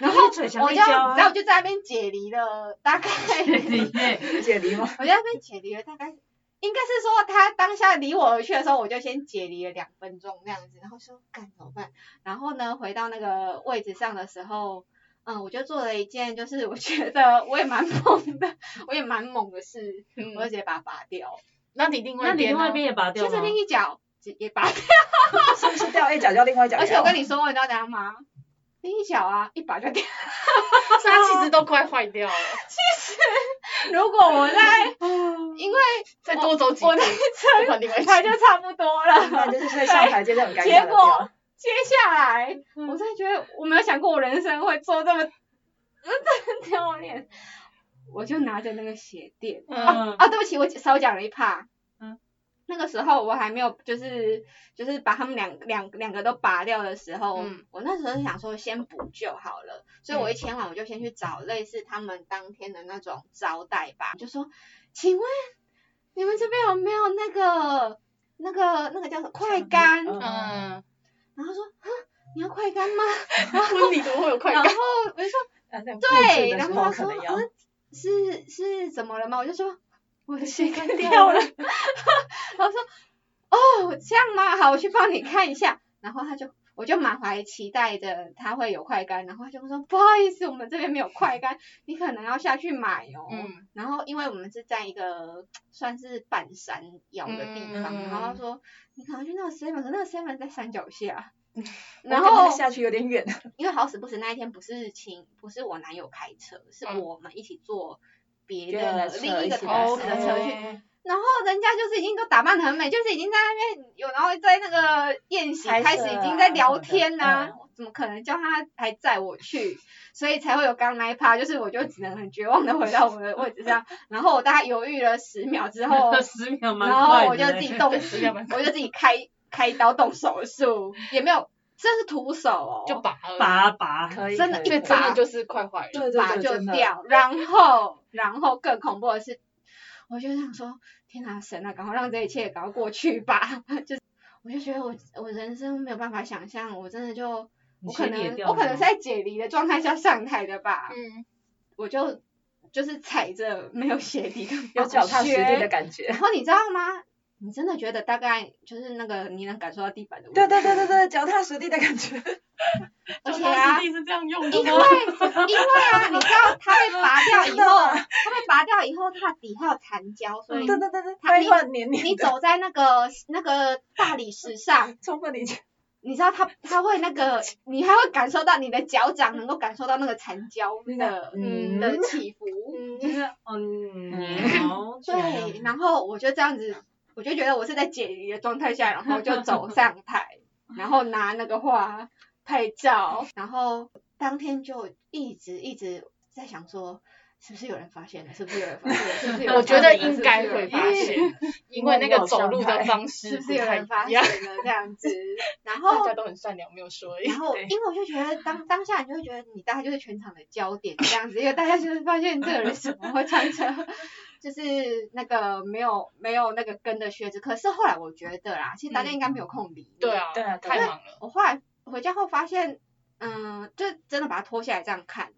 Speaker 4: 然后嘴强
Speaker 3: 我就
Speaker 4: 一
Speaker 3: 然
Speaker 4: 交
Speaker 3: 后
Speaker 4: 啊
Speaker 3: 我，就在那边解离了，大概
Speaker 4: 里 面
Speaker 1: 解离吗？
Speaker 3: 我就在那边解离了，大概应该是说他当下离我而去的时候，我就先解离了两分钟那样子，然后说干怎么办？然后呢，回到那个位置上的时候，嗯，我就做了一件就是我觉得我也蛮猛的，我也蛮猛的事，我就直
Speaker 2: 嗯，
Speaker 3: 接把它拔掉，
Speaker 2: 那你另外
Speaker 4: 那
Speaker 2: 一
Speaker 4: 你
Speaker 2: 边
Speaker 4: 另外一
Speaker 2: 呢？
Speaker 4: 边也拔掉
Speaker 3: 其实
Speaker 4: 吗？
Speaker 3: 另一脚也拔掉，
Speaker 1: 是不是掉一脚就要另外一脚掉？
Speaker 3: 而且我跟你说，你知道怎样吗？另一脚啊，一把就掉。
Speaker 2: 所以它其实都快坏掉了，
Speaker 3: 如果我在
Speaker 4: 嗯
Speaker 2: 再多走几步
Speaker 3: 我，在
Speaker 2: 我换另外一
Speaker 3: 撑，它就
Speaker 2: 边
Speaker 3: 差不多了。
Speaker 4: 嗯
Speaker 1: 那就是在上台阶就很尴尬的
Speaker 3: 结
Speaker 1: 掉。
Speaker 3: 果 接下来，
Speaker 4: 嗯
Speaker 3: 我真的觉得我没有想过我人生会做这么这么丢脸。我就拿着那个鞋垫，
Speaker 4: 嗯，
Speaker 3: 啊，对不起，我少讲了一趴。
Speaker 4: 嗯
Speaker 3: 那个时候我还没有，就是就是把他们两两两个都拔掉的时候，
Speaker 2: 嗯
Speaker 3: 我那时候是想说先补救好了，所以
Speaker 4: 嗯
Speaker 3: 我一签完我就先去找类似他们当天的那种招待吧，就说，请问你们这边有没有那个那个那个叫什么快干？
Speaker 1: 嗯
Speaker 2: 嗯，
Speaker 3: 然后他说，啊，你要快干吗？
Speaker 2: 婚礼怎么会有快
Speaker 3: 然
Speaker 2: 感
Speaker 3: 后？我就说。
Speaker 1: 啊那
Speaker 3: 对，
Speaker 1: 布置的
Speaker 3: 然
Speaker 1: 时候
Speaker 3: 后他
Speaker 1: 可
Speaker 3: 说，
Speaker 1: 能要
Speaker 3: 嗯，是是怎么了吗？我就说我的鞋跟
Speaker 2: 掉
Speaker 3: 掉了，然后说，哦，这样吗？好，我去帮你看一下。然后他就，我就满怀期待的，他会有快干，然后他就说，不好意思，我们这边没有快干，你可能要下去买哦。
Speaker 2: 嗯，
Speaker 3: 然后因为我们是在一个算是半山腰的地方，
Speaker 1: 嗯
Speaker 3: 然后他说，你可能去那个 seven，可是那个 seven 在山脚下。
Speaker 1: 嗯
Speaker 3: 然
Speaker 1: 我感
Speaker 3: 后
Speaker 1: 觉下去有点远，
Speaker 3: 因为好死不死那一天不是请不是我男友开车，是
Speaker 2: 嗯
Speaker 3: 我们一起坐别
Speaker 1: 别人
Speaker 3: 的
Speaker 1: 的车
Speaker 3: 另一个
Speaker 1: 一起
Speaker 3: 同事
Speaker 1: 来
Speaker 3: 的车去。
Speaker 2: OK
Speaker 3: 然后人家就是已经都打扮得很美，就是已经在那边有，然后在那个宴席
Speaker 1: 拍摄
Speaker 3: 开始已经在聊天呐、
Speaker 1: 啊什么的
Speaker 3: 我怎么可能叫他还载我去？ 所以才会有刚那一趴，就是我就只能很绝望的回到我的位置上，然后我大概犹豫了十秒 之后，
Speaker 4: 十秒蛮
Speaker 3: 然后
Speaker 4: 快
Speaker 3: 我就
Speaker 4: 的
Speaker 3: 自
Speaker 4: 嘞。
Speaker 3: 己动，
Speaker 2: 对十秒蛮
Speaker 3: 我就自己开开刀动手术，也没有，这是徒手哦，
Speaker 2: 就拔了，
Speaker 4: 拔拔，
Speaker 1: 可以
Speaker 2: 真
Speaker 1: 可
Speaker 2: 的，
Speaker 1: 以
Speaker 2: 对，
Speaker 1: 可以
Speaker 2: 真的就是快坏了。
Speaker 1: 对对
Speaker 3: 拔
Speaker 1: 对
Speaker 3: 就
Speaker 1: 真的
Speaker 3: 掉，然后然后更恐怖的是，我就想说，天哪，神啊，赶快让这一切赶快过去吧， 就是我就觉得我我人生没有办法想象，我真的就
Speaker 4: 你
Speaker 3: 我可
Speaker 4: 鞋底也
Speaker 3: 能
Speaker 4: 掉
Speaker 3: 我
Speaker 4: 了
Speaker 3: 可能是
Speaker 4: 吗
Speaker 3: 在解离的状态下上台的吧，
Speaker 2: 嗯，
Speaker 3: 我就就是踩着没有鞋底的
Speaker 1: 有脚踏实地的
Speaker 3: 感
Speaker 1: 感觉。
Speaker 3: 然后你知道吗？你真的觉得大概就是那个你能感受到地板的 温
Speaker 1: 对
Speaker 3: 度，
Speaker 1: 对对对对，脚踏实地的感觉。
Speaker 3: 而且
Speaker 2: 脚踏
Speaker 3: 啊
Speaker 2: 实，地是这样用
Speaker 3: 因
Speaker 2: 的
Speaker 3: 为
Speaker 2: 吗？
Speaker 3: 因为啊，你知道它被拔掉以
Speaker 1: 真的
Speaker 3: 后，
Speaker 1: 啊
Speaker 3: 它被拔掉以后，它的底还有残胶，所 以
Speaker 1: 对对对对，
Speaker 3: 它
Speaker 1: 会换黏黏
Speaker 3: 你
Speaker 1: 的，
Speaker 3: 走在那个那个大理石上，
Speaker 1: 充分理解。
Speaker 3: 你知道它它会那个，你还会感受到你的脚掌能够感受到那个残胶的
Speaker 1: 嗯
Speaker 3: 的起伏，
Speaker 2: 嗯，
Speaker 4: 哦，
Speaker 1: 嗯
Speaker 4: 嗯，
Speaker 2: 啊
Speaker 3: 对，然后我就这样子，我就觉得我是在解离的状态下，然后就走上 台，然后拿那个花拍照，然后当天就一直一直在想说，是不是有人发现了？是不是有人发现了？是不是有人
Speaker 2: 我觉
Speaker 3: 发
Speaker 2: 得
Speaker 3: 现了
Speaker 2: 应该会发。现，因为那个走路的方式
Speaker 3: 是不
Speaker 2: 不
Speaker 3: 是有
Speaker 2: 太
Speaker 3: 人发
Speaker 2: 一
Speaker 3: 现
Speaker 2: 样
Speaker 3: 了，是不是有人发现了这 样子？ 然后
Speaker 2: 大家都很善良，没有说而已。
Speaker 3: 然后，因为我就觉得当当下你就会觉得你大概就是全场的焦点这样子，因为大家就是发现这个人怎么会穿着就是那个没有没有那个跟的靴子。可是后来我觉得啦，其实大家应该
Speaker 4: 嗯
Speaker 3: 没有空理、
Speaker 2: 对，啊，
Speaker 1: 对啊对啊
Speaker 2: 太忙了。
Speaker 3: 我后来回家后发现，嗯，就真的把它脱下来这样看，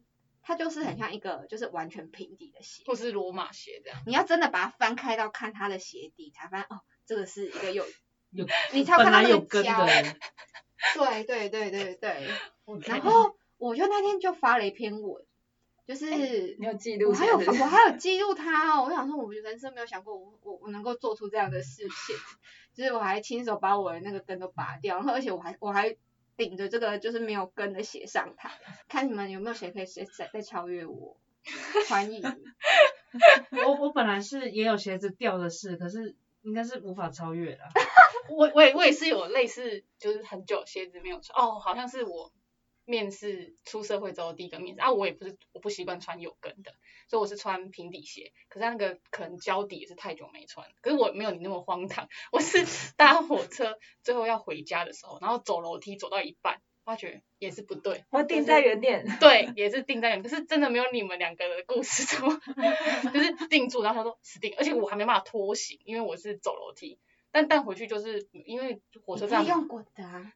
Speaker 3: 它就是很像一个就是完全平底的鞋。
Speaker 2: 或是罗马鞋这样，
Speaker 3: 你要真的把它翻开到看它的鞋底，才发现哦，这个是一个有，
Speaker 4: 有
Speaker 3: 你才
Speaker 4: 本
Speaker 3: 看到
Speaker 4: 来
Speaker 3: 那
Speaker 4: 有
Speaker 3: 个
Speaker 4: 根
Speaker 3: 胶
Speaker 4: 的，人，
Speaker 3: 对对对对对。然
Speaker 4: 然
Speaker 3: 后我就那天就发了一篇文，就是
Speaker 1: 你
Speaker 2: 哎
Speaker 1: 有记
Speaker 3: 我
Speaker 1: 录
Speaker 3: 还
Speaker 1: 下
Speaker 3: 有
Speaker 1: 来是
Speaker 3: 我
Speaker 1: 不 是？
Speaker 3: 还有记录它哦，我想说，我人生没有想过我我我能够做出这样的事情，就是我还亲手把我的那个根都拔掉，然后而且我还我还顶着这个就是没有根的写上它，看你们有没有谁可以谁再再超越我，欢迎。
Speaker 4: 我我本来是也有鞋子掉的事，可是应该是无法超越了。
Speaker 2: 我我也我也是有类似，就是很久鞋子没有穿哦，好像是我面试出社会之后第一个面试啊，我也不是我不习惯穿有跟的，所以我是穿平底鞋，可是它那个可能胶底也是太久没穿，可是我没有你那么荒唐，我是搭火车最后要回家的时候，然后走楼梯走到一半，发觉也是不对，
Speaker 1: 我定在原点，
Speaker 2: 对，也是定在原，可是真的没有你们两个的故事这么，就是定住，然后他说死定，而且我还没办法拖行，因为我是走楼梯。但但回去就是因为火车
Speaker 3: 你可
Speaker 2: 站
Speaker 3: 以用滚的啊，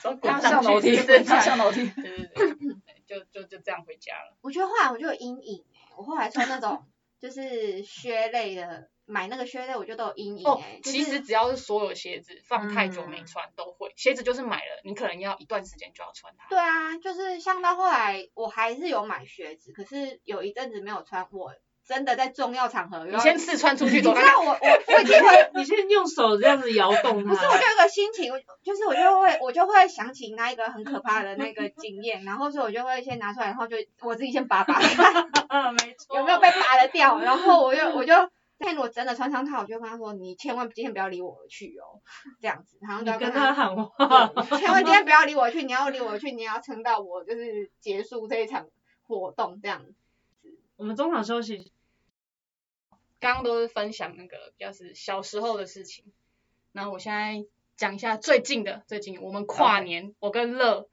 Speaker 2: 走
Speaker 1: 然后
Speaker 2: 上
Speaker 1: 上
Speaker 2: 去
Speaker 1: 楼梯，
Speaker 2: 对对
Speaker 1: 上上楼梯。
Speaker 2: 对对对对，就就就这样回家了。
Speaker 3: 我觉得后来我就有阴影、欸、我后来穿那种就是靴类的，买那个靴类我就都有阴影
Speaker 2: 哦
Speaker 3: 哎、欸，，
Speaker 2: 其实只要是所有鞋子放太久
Speaker 1: 嗯
Speaker 2: 没穿都会，鞋子就是买了，你可能要一段时间就要穿它。
Speaker 3: 对啊，就是像到后来，我还是有买靴子，可是有一阵子没有穿，我真的在重要场合有
Speaker 2: 你先试穿出去
Speaker 3: 你知
Speaker 2: 走看看，
Speaker 3: 道我我我已经会
Speaker 4: 你先用手这样子摇动
Speaker 3: 不是
Speaker 4: 它，
Speaker 2: 嗯
Speaker 3: 我就有一个心情，我就是我就会我就会想起那一个很可怕的那个经验，然后所以我就会先拿出来，然后就我自己 先拔拔看
Speaker 4: 嗯，没错。
Speaker 3: 有没有被拔得掉，然后我就我
Speaker 2: 嗯
Speaker 3: 就。但如果真的穿上它，我就跟他说：“你千万今天不要离我而去哦，这样子。”然后就
Speaker 4: 你
Speaker 3: 要
Speaker 4: 跟
Speaker 3: 他
Speaker 4: 他喊话，
Speaker 3: 对 千万今天不要离我去，你要离我去，你要撑到我就是结束这一场活动这样。
Speaker 4: 我们中场休息。
Speaker 2: 刚刚都是分享那个比较是小时候的事情，然后我现在讲一下最近的，最近我们跨
Speaker 1: OK
Speaker 2: 年我跟乐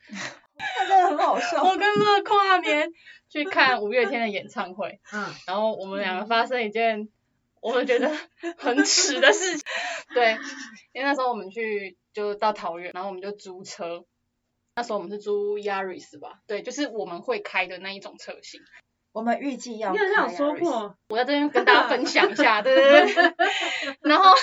Speaker 1: 他 真的很好笑。
Speaker 2: 我跟乐跨年去看五月天的演唱会，
Speaker 4: 嗯，
Speaker 2: 然后我们两个发生一件我们觉得很耻的事情。对，因为那时候我们去就到桃园，然后我们就租车。那时候我们是租 Yaris 吧，对，就是我们会开的那一种车型。
Speaker 1: 我们预计要
Speaker 4: 你好像
Speaker 1: 开
Speaker 4: 有说
Speaker 1: Yaris，
Speaker 4: 过，
Speaker 2: 我在这边跟大家分享一下，对对对。然后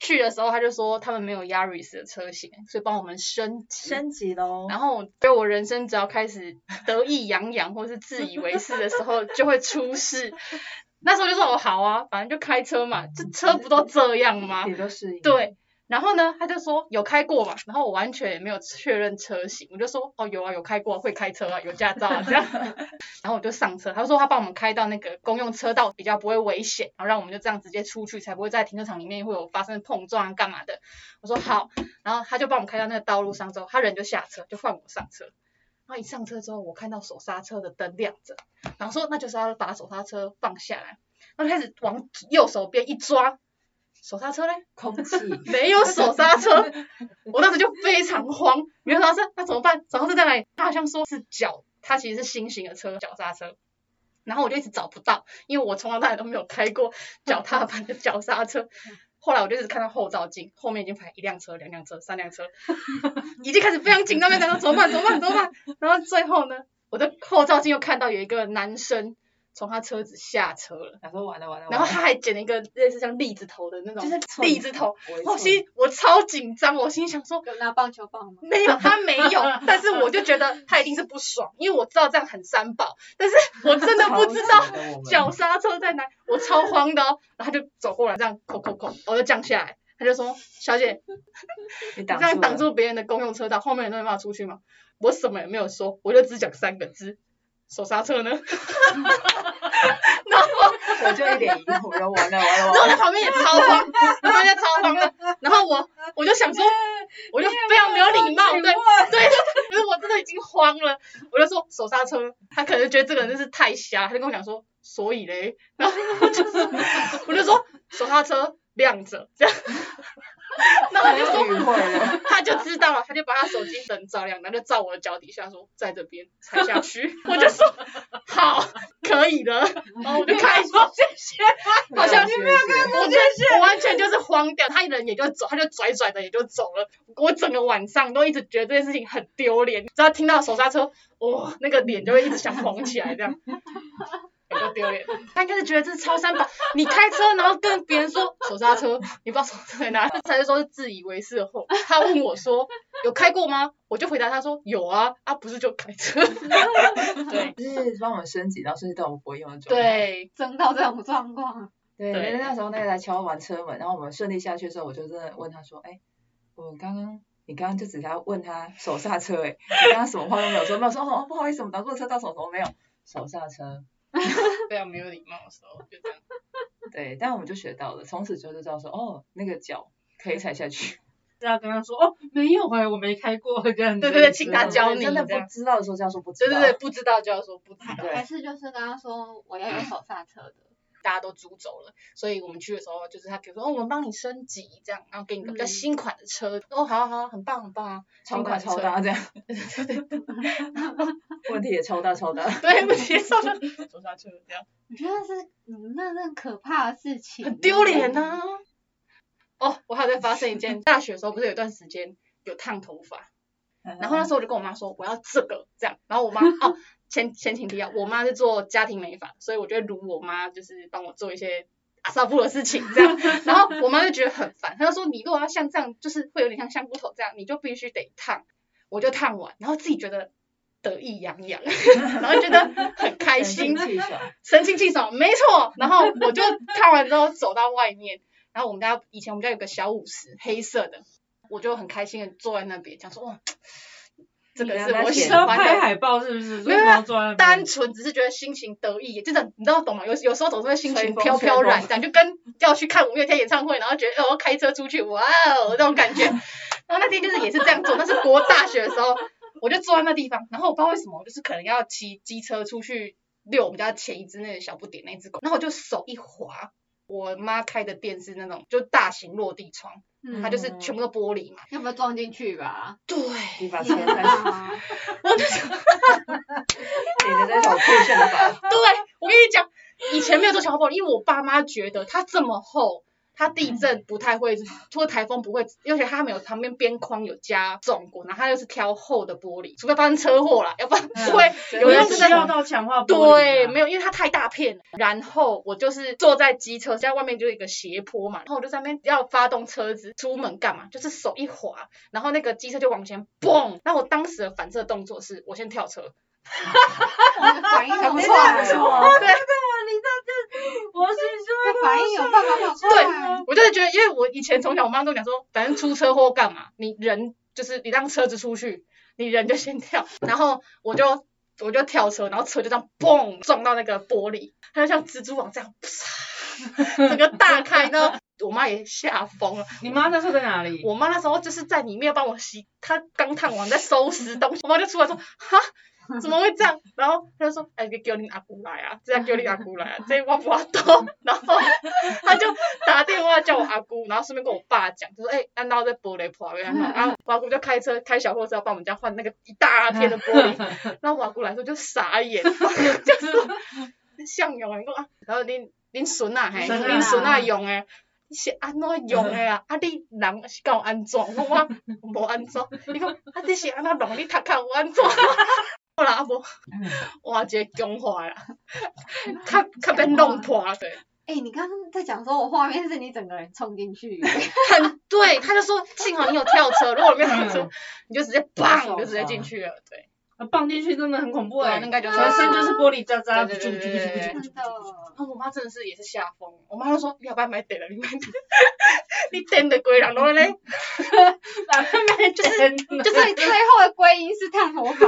Speaker 2: 去的时候他就说他们没有 Yaris 的车型，所以帮我们升级。
Speaker 1: 升级哦喽。
Speaker 2: 然后我觉得我人生只要开始得意洋洋或是自以为是的时候，就会出事。 那时候就说哦好啊，反正就开车嘛，这车不都这样吗？
Speaker 1: 也就是一
Speaker 2: 对。然后呢，他就说有开过嘛，然后我完全也没有确认车型，我就说哦有啊有开过啊，会开车啊，有驾照啊这样。然后我就上车，他说他帮我们开到那个公用车道，比较不会危险，然后让我们就这样直接出去，才不会在停车场里面会有发生碰撞啊干嘛的。我说好，然后他就帮我们开到那个道路上之后，他人就下车，就换我上车。然后一上车之后，我看到手刹车的灯亮着，然后说那就是要把手刹车放下来，然后开始往右手边一抓，手刹车嘞
Speaker 1: 空气，
Speaker 2: 没有手刹车，我当时就非常慌。没有手刹车，那怎么办？手刹车在哪里？他好像说是脚，它其实是新型的车，脚刹车。然后我就一直找不到，因为我从小到大都没有开过脚踏板的脚刹车。后来我就一直看到后照镜，后面已经排一辆车、两辆车、三辆车，已经开始非常紧张，在想说怎么办？怎么办？怎么办？然后最后呢，我的后照镜又看到有一个男生从他车子下车了。
Speaker 1: 想说完了完了。
Speaker 2: 然后他还剪了一个类似像栗子头的那 种，
Speaker 1: 就是
Speaker 2: 栗子头，
Speaker 1: 围
Speaker 2: 我
Speaker 1: 裙
Speaker 2: 心我超紧张，我心想说
Speaker 3: 有拿棒球棒吗？
Speaker 2: 没有他没有，但是我就觉得他一定是不爽，因为我知道这样很三宝，但是我真的不知道脚刹车在哪，我超慌的哦。然后他就走过来这样扣扣扣，我就降下来，他就说小姐，
Speaker 1: 你
Speaker 2: 你
Speaker 1: 挡
Speaker 2: 这样挡
Speaker 1: 住了，
Speaker 2: 住别人的公用车道，后面人都没办法出去嘛。我什么也没有说，我就只讲三个字，手刹车呢。
Speaker 1: 我就一脸疑惑，然后完了完 了完了。
Speaker 2: 然后我旁边也超慌，我旁边超慌的。然后我我就想说，我就非常没有礼貌，对对，因为我真的已经慌了，我就说手刹车。他可能就觉得这个人真是太瞎，他就跟我讲说，所以嘞，然后我就说，我就说手刹车亮着这样，然后他就
Speaker 1: 又
Speaker 2: 说。
Speaker 1: 语会了，
Speaker 2: 他就知道了，他就把他手机灯照亮，然后就照我的脚底下说，在这边踩下去。 我就说好，可以了，然后我就开始好像
Speaker 1: 没有跟
Speaker 2: 我真我完全就是慌掉，他人也就走，他就拽拽的也就走了。我整个晚上都一直觉得这件事情很丢脸，只要听到手刹车，哇、那个脸就会一直想红起来这样。有够丢脸。他应该是觉得这是超三宝，你开车然后跟别人说手刹车，你不知道手刹车在哪，这才是说是自以为是的货。他问我说有开过吗？我就回答他说有啊，啊不是就开车。 对
Speaker 1: 就是帮我们升级到甚至到我们不会用的状态。
Speaker 2: 对，
Speaker 3: 真到这种状况，
Speaker 1: 对
Speaker 2: 对
Speaker 1: 那那时候那个来敲完车门，然后我们顺利下去的时候，我就真的问他说：“哎、我刚刚你刚刚就只是要问他手刹车、哎，你刚刚什么话都没有说，没有说哦不好意思，我们打错车道什么什么没有，手刹车。
Speaker 2: 非常没有礼貌的时候就这样。”
Speaker 1: 对，但我们就学到了，从此就知道说哦那个脚可以踩下去。
Speaker 4: 要跟他说哦，没有哎、我没开过这样子。
Speaker 2: 对对对请大家教
Speaker 1: 对
Speaker 2: 你
Speaker 1: 真的
Speaker 2: 这样
Speaker 1: 不知道的时候就要说不知
Speaker 2: 对
Speaker 1: 道。
Speaker 2: 对对，不知道就要说不知道，
Speaker 1: 对
Speaker 3: 还是就是跟他说我要有手刹车的，
Speaker 2: 大家都租走了，所以我们去的时候就是他，比如说、哦、我们帮你升级这样，然后给你个比较
Speaker 3: 嗯
Speaker 2: 新款的车，哦好啊好啊，很棒很棒啊，
Speaker 1: 超
Speaker 2: 新
Speaker 1: 大
Speaker 2: 款
Speaker 1: 超
Speaker 2: 车，
Speaker 1: 大这样。 问题也超大超大。
Speaker 2: 对不接受了，手刹车这样，
Speaker 3: 我觉得是你们那是很可怕的事情，欸
Speaker 2: 很丢脸
Speaker 3: 啊
Speaker 2: 呐、哦，我还有在发生一件，大学的时候不是有一段时间有烫头发，
Speaker 1: 嗯
Speaker 2: 然后那时候我就跟我妈说我要这个这样，然后我妈哦前前情提要，我妈是做家庭美发，所以我就会撸我妈，就是帮我做一些阿萨布的事情这样，然后我妈就觉得很烦，她就说你如果要像这样，就是会有点像香菇头这样，你就必须得烫，我就烫完，然后自己觉得得意洋洋， 然后觉得很开 心，
Speaker 1: 气爽。
Speaker 2: 神清气爽，没错。然后我就烫完之后走到外面，然后我们家以前我们家有个小舞池，黑色的，我就很开心的坐在那边，想说哇，这个是我
Speaker 1: 你
Speaker 2: 喜
Speaker 1: 让
Speaker 4: 要
Speaker 2: 欢
Speaker 4: 拍
Speaker 2: 的。
Speaker 4: 海报是不是？
Speaker 2: 没有
Speaker 4: 所
Speaker 2: 没
Speaker 4: 以
Speaker 2: 有
Speaker 4: 不要坐在那边
Speaker 2: 单纯只是觉得心情得意，真的，你知道懂吗？有有时候总是会心
Speaker 1: 吹
Speaker 2: 情
Speaker 1: 风
Speaker 2: 飘飘
Speaker 1: 吹
Speaker 2: 然，
Speaker 1: 风
Speaker 2: 这样就跟要去看五月天演唱会，然后觉得哦要开车出去，哇哦那种感觉。然 后那天就是也是这样做，那是国大学的时候，我就坐在那地方，然后我不知道为什么，我就是可能要骑机车出去遛我们家前一只那个小不点那只狗，然后我就手一滑，我妈开的店是那种就大型落地窗，
Speaker 3: 嗯，
Speaker 2: 它就是全部都玻璃嘛。
Speaker 3: 要不要撞进去吧？
Speaker 2: 对，
Speaker 1: 你把车
Speaker 3: 天
Speaker 1: 开始，
Speaker 3: 哪，
Speaker 1: 你的这种酷炫的 法，
Speaker 2: 对，我跟你讲，以前没有做小宝，因为我爸妈觉得它这么厚，它地震不太会，或台风不会，而且它没有旁边边框有加重过，然后它又是挑厚的玻璃，除非发生车祸啦，要不然不会
Speaker 1: 嗯
Speaker 2: 有
Speaker 4: 有
Speaker 2: 用
Speaker 4: 用
Speaker 1: 真
Speaker 2: 是
Speaker 1: 的
Speaker 4: 需要到强化玻璃啊
Speaker 2: 对，没有，因为它太大片了。然后我就是坐在机车，在外面就是一个斜坡嘛，然后我就在那边要发动车子出门干嘛，就是手一滑，然后那个机车就往前蹦。那我当时的反射动作是，我先跳车，
Speaker 3: 我的 反应很
Speaker 1: 没
Speaker 3: 快
Speaker 1: 错没
Speaker 3: 哦，
Speaker 1: 错，
Speaker 4: 我是说，
Speaker 3: 这反应有办法好快，啊
Speaker 2: 我就是觉得，因为我以前从小我妈都讲说，反正出车祸干嘛，你人就是你让车子出去，你人就先跳，然后我就我就跳车，然后车就这样嘣撞到那个玻璃，它就像蜘蛛网这样，啪 整个大开呢。我妈也吓疯了，
Speaker 4: 你妈那时候在哪里？
Speaker 2: 我妈那时候就是在里面帮我洗，她刚烫完在收拾东西，我妈就出来说哈，怎么会这样？然后她就说，哎，给你阿姑来啊，这要给你阿姑来啊，这挖不挖到？然后她就打电话叫我阿姑，然后顺便跟我爸讲，就说，哎，按到在玻璃破了，然后我阿姑就开车开小货车要帮我们家换那个一大片的玻璃，然后我阿姑来说就傻眼，就是说像有人讲啊，然后恁恁孙啊嘿，
Speaker 4: 孙啊
Speaker 2: 恁孙啊用诶。你是安怎用诶啊？啊，你人是够安怎？我我无安怎？伊讲啊，你是安怎弄？你读较有安怎？ 好啦，啊无换一个强化啦，较较变弄破啦，对。
Speaker 3: 哎、你刚刚在讲说我画面是你整个人冲进去，
Speaker 2: 很对，他就说幸好你有跳 车，如果没有跳车
Speaker 4: 嗯，
Speaker 2: 你就直接砰就直接进去了，对。
Speaker 4: 啊放进去真的很恐怖
Speaker 2: 对，
Speaker 4: 哎、
Speaker 2: 那应该就是
Speaker 4: 全身就是玻璃渣渣，
Speaker 2: 对
Speaker 4: 啾
Speaker 2: 对
Speaker 4: 啾
Speaker 2: 对对
Speaker 4: 啾啾啾
Speaker 2: 对
Speaker 4: 啾
Speaker 3: 真的，
Speaker 2: 然后我妈真的是也是吓疯，我妈就说你要不要买得了，你买得了，你等的鬼人拢咧，
Speaker 4: 把他们 整
Speaker 2: 就是
Speaker 3: 所以最后的归因是烫 头发，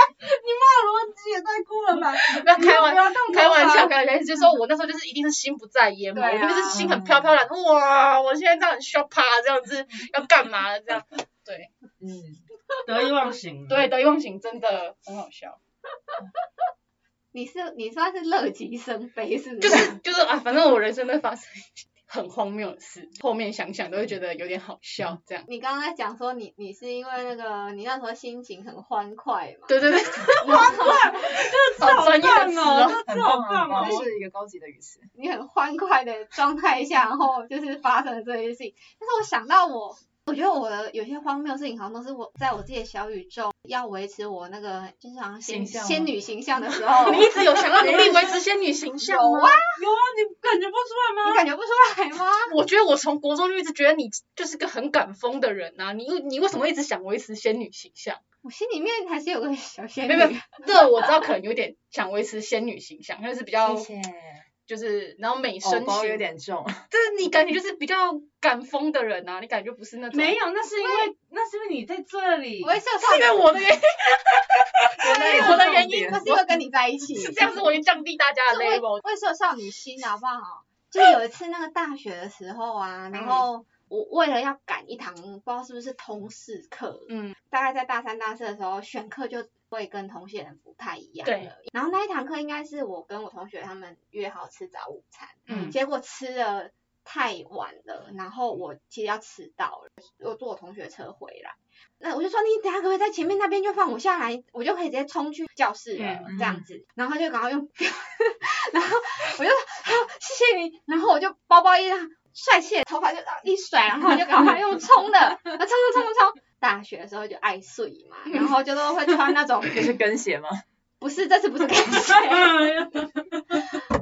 Speaker 1: 逻辑也太酷了吧！
Speaker 2: 那开玩
Speaker 1: 不要动
Speaker 2: 开玩笑，开玩笑，就是说我那时候就是一定是心不在焉嘛，
Speaker 3: 对啊
Speaker 2: 我一定是心很飘飘然，哇，我现在这样很 s h o p 这样子要干嘛这样，对
Speaker 1: 嗯，
Speaker 4: 得意忘形。
Speaker 2: 对，得意忘形真的很好笑。
Speaker 3: 你是你算是乐极生悲是不？
Speaker 2: 就是是就是啊，反正我人生都会发生很荒谬的事，后面想想都会觉得有点好笑，这样。
Speaker 3: 你刚刚在讲说你你是因为那个你那时候心情很欢快嘛，
Speaker 2: 对对对，好专业的词哦。
Speaker 1: 很
Speaker 4: 好
Speaker 1: 棒
Speaker 4: 棒
Speaker 1: 很
Speaker 3: 啊
Speaker 4: 哦
Speaker 1: 棒，这是一个高级的语词。
Speaker 3: 你很欢快的状态下，然后就是发生了这些事情。但是我想到我我觉得我的有些荒谬的事情，好像都是我在我自己的小宇宙要维持我那个就是好像仙
Speaker 1: 形象吗
Speaker 3: 仙女形象的时 候，
Speaker 2: 你一直有想要努力维持仙女形象
Speaker 3: 有
Speaker 2: 吗？
Speaker 4: 有啊，你感觉不出来
Speaker 3: 你
Speaker 4: 吗？
Speaker 3: 感觉不出来吗？
Speaker 2: 我觉得我从国中就一直觉得你就是个很敢疯的人啊，你你为什么一直想维持仙女形象？
Speaker 3: 我心里面还是有个小仙
Speaker 2: 没有没
Speaker 3: 女，
Speaker 2: 这我知道可能有点想维持仙女形象，但是比较
Speaker 1: 谢谢。
Speaker 2: 就是然后美
Speaker 1: 手
Speaker 2: 声
Speaker 1: 包
Speaker 2: 型，
Speaker 1: 有点重，
Speaker 2: 但是你感觉就是比较敢疯的人啊，你感觉不是那种
Speaker 4: 没有，那是因为那是因为你在这里。
Speaker 3: 我也是有
Speaker 2: 是因为我的原因
Speaker 1: 对
Speaker 2: 我的原因
Speaker 3: 那是因为跟你在一起，
Speaker 2: 是这样子，我就降低大家的
Speaker 3: 我也
Speaker 2: level。
Speaker 3: 我也是有少女心的啊好不好？就是有一次那个大学的时候啊，然
Speaker 2: 嗯
Speaker 3: 后我为了要赶一堂不知道是不是通识课，
Speaker 2: 嗯，
Speaker 3: 大概在大三大四的时候，选课就会跟同学人不太一样了
Speaker 2: 对。
Speaker 3: 然后那一堂课应该是我跟我同学他们约好吃早午餐，
Speaker 2: 嗯
Speaker 3: 结果吃的太晚了，然后我其实要迟到了，我坐我同学车回来。那我就说你等下可不可以在前面那边就放我下来，我就可以直接冲去教室了、
Speaker 1: 嗯
Speaker 3: 这样子。然后他就赶快用， 然后我就好谢谢你，然后我就包包一拉，帅气的头发就一甩，然后我就赶快用冲的，那冲冲冲冲冲。大学的时候就爱睡嘛，然后就都会穿那种
Speaker 1: 就是跟鞋吗？
Speaker 3: 不是这次不是跟鞋，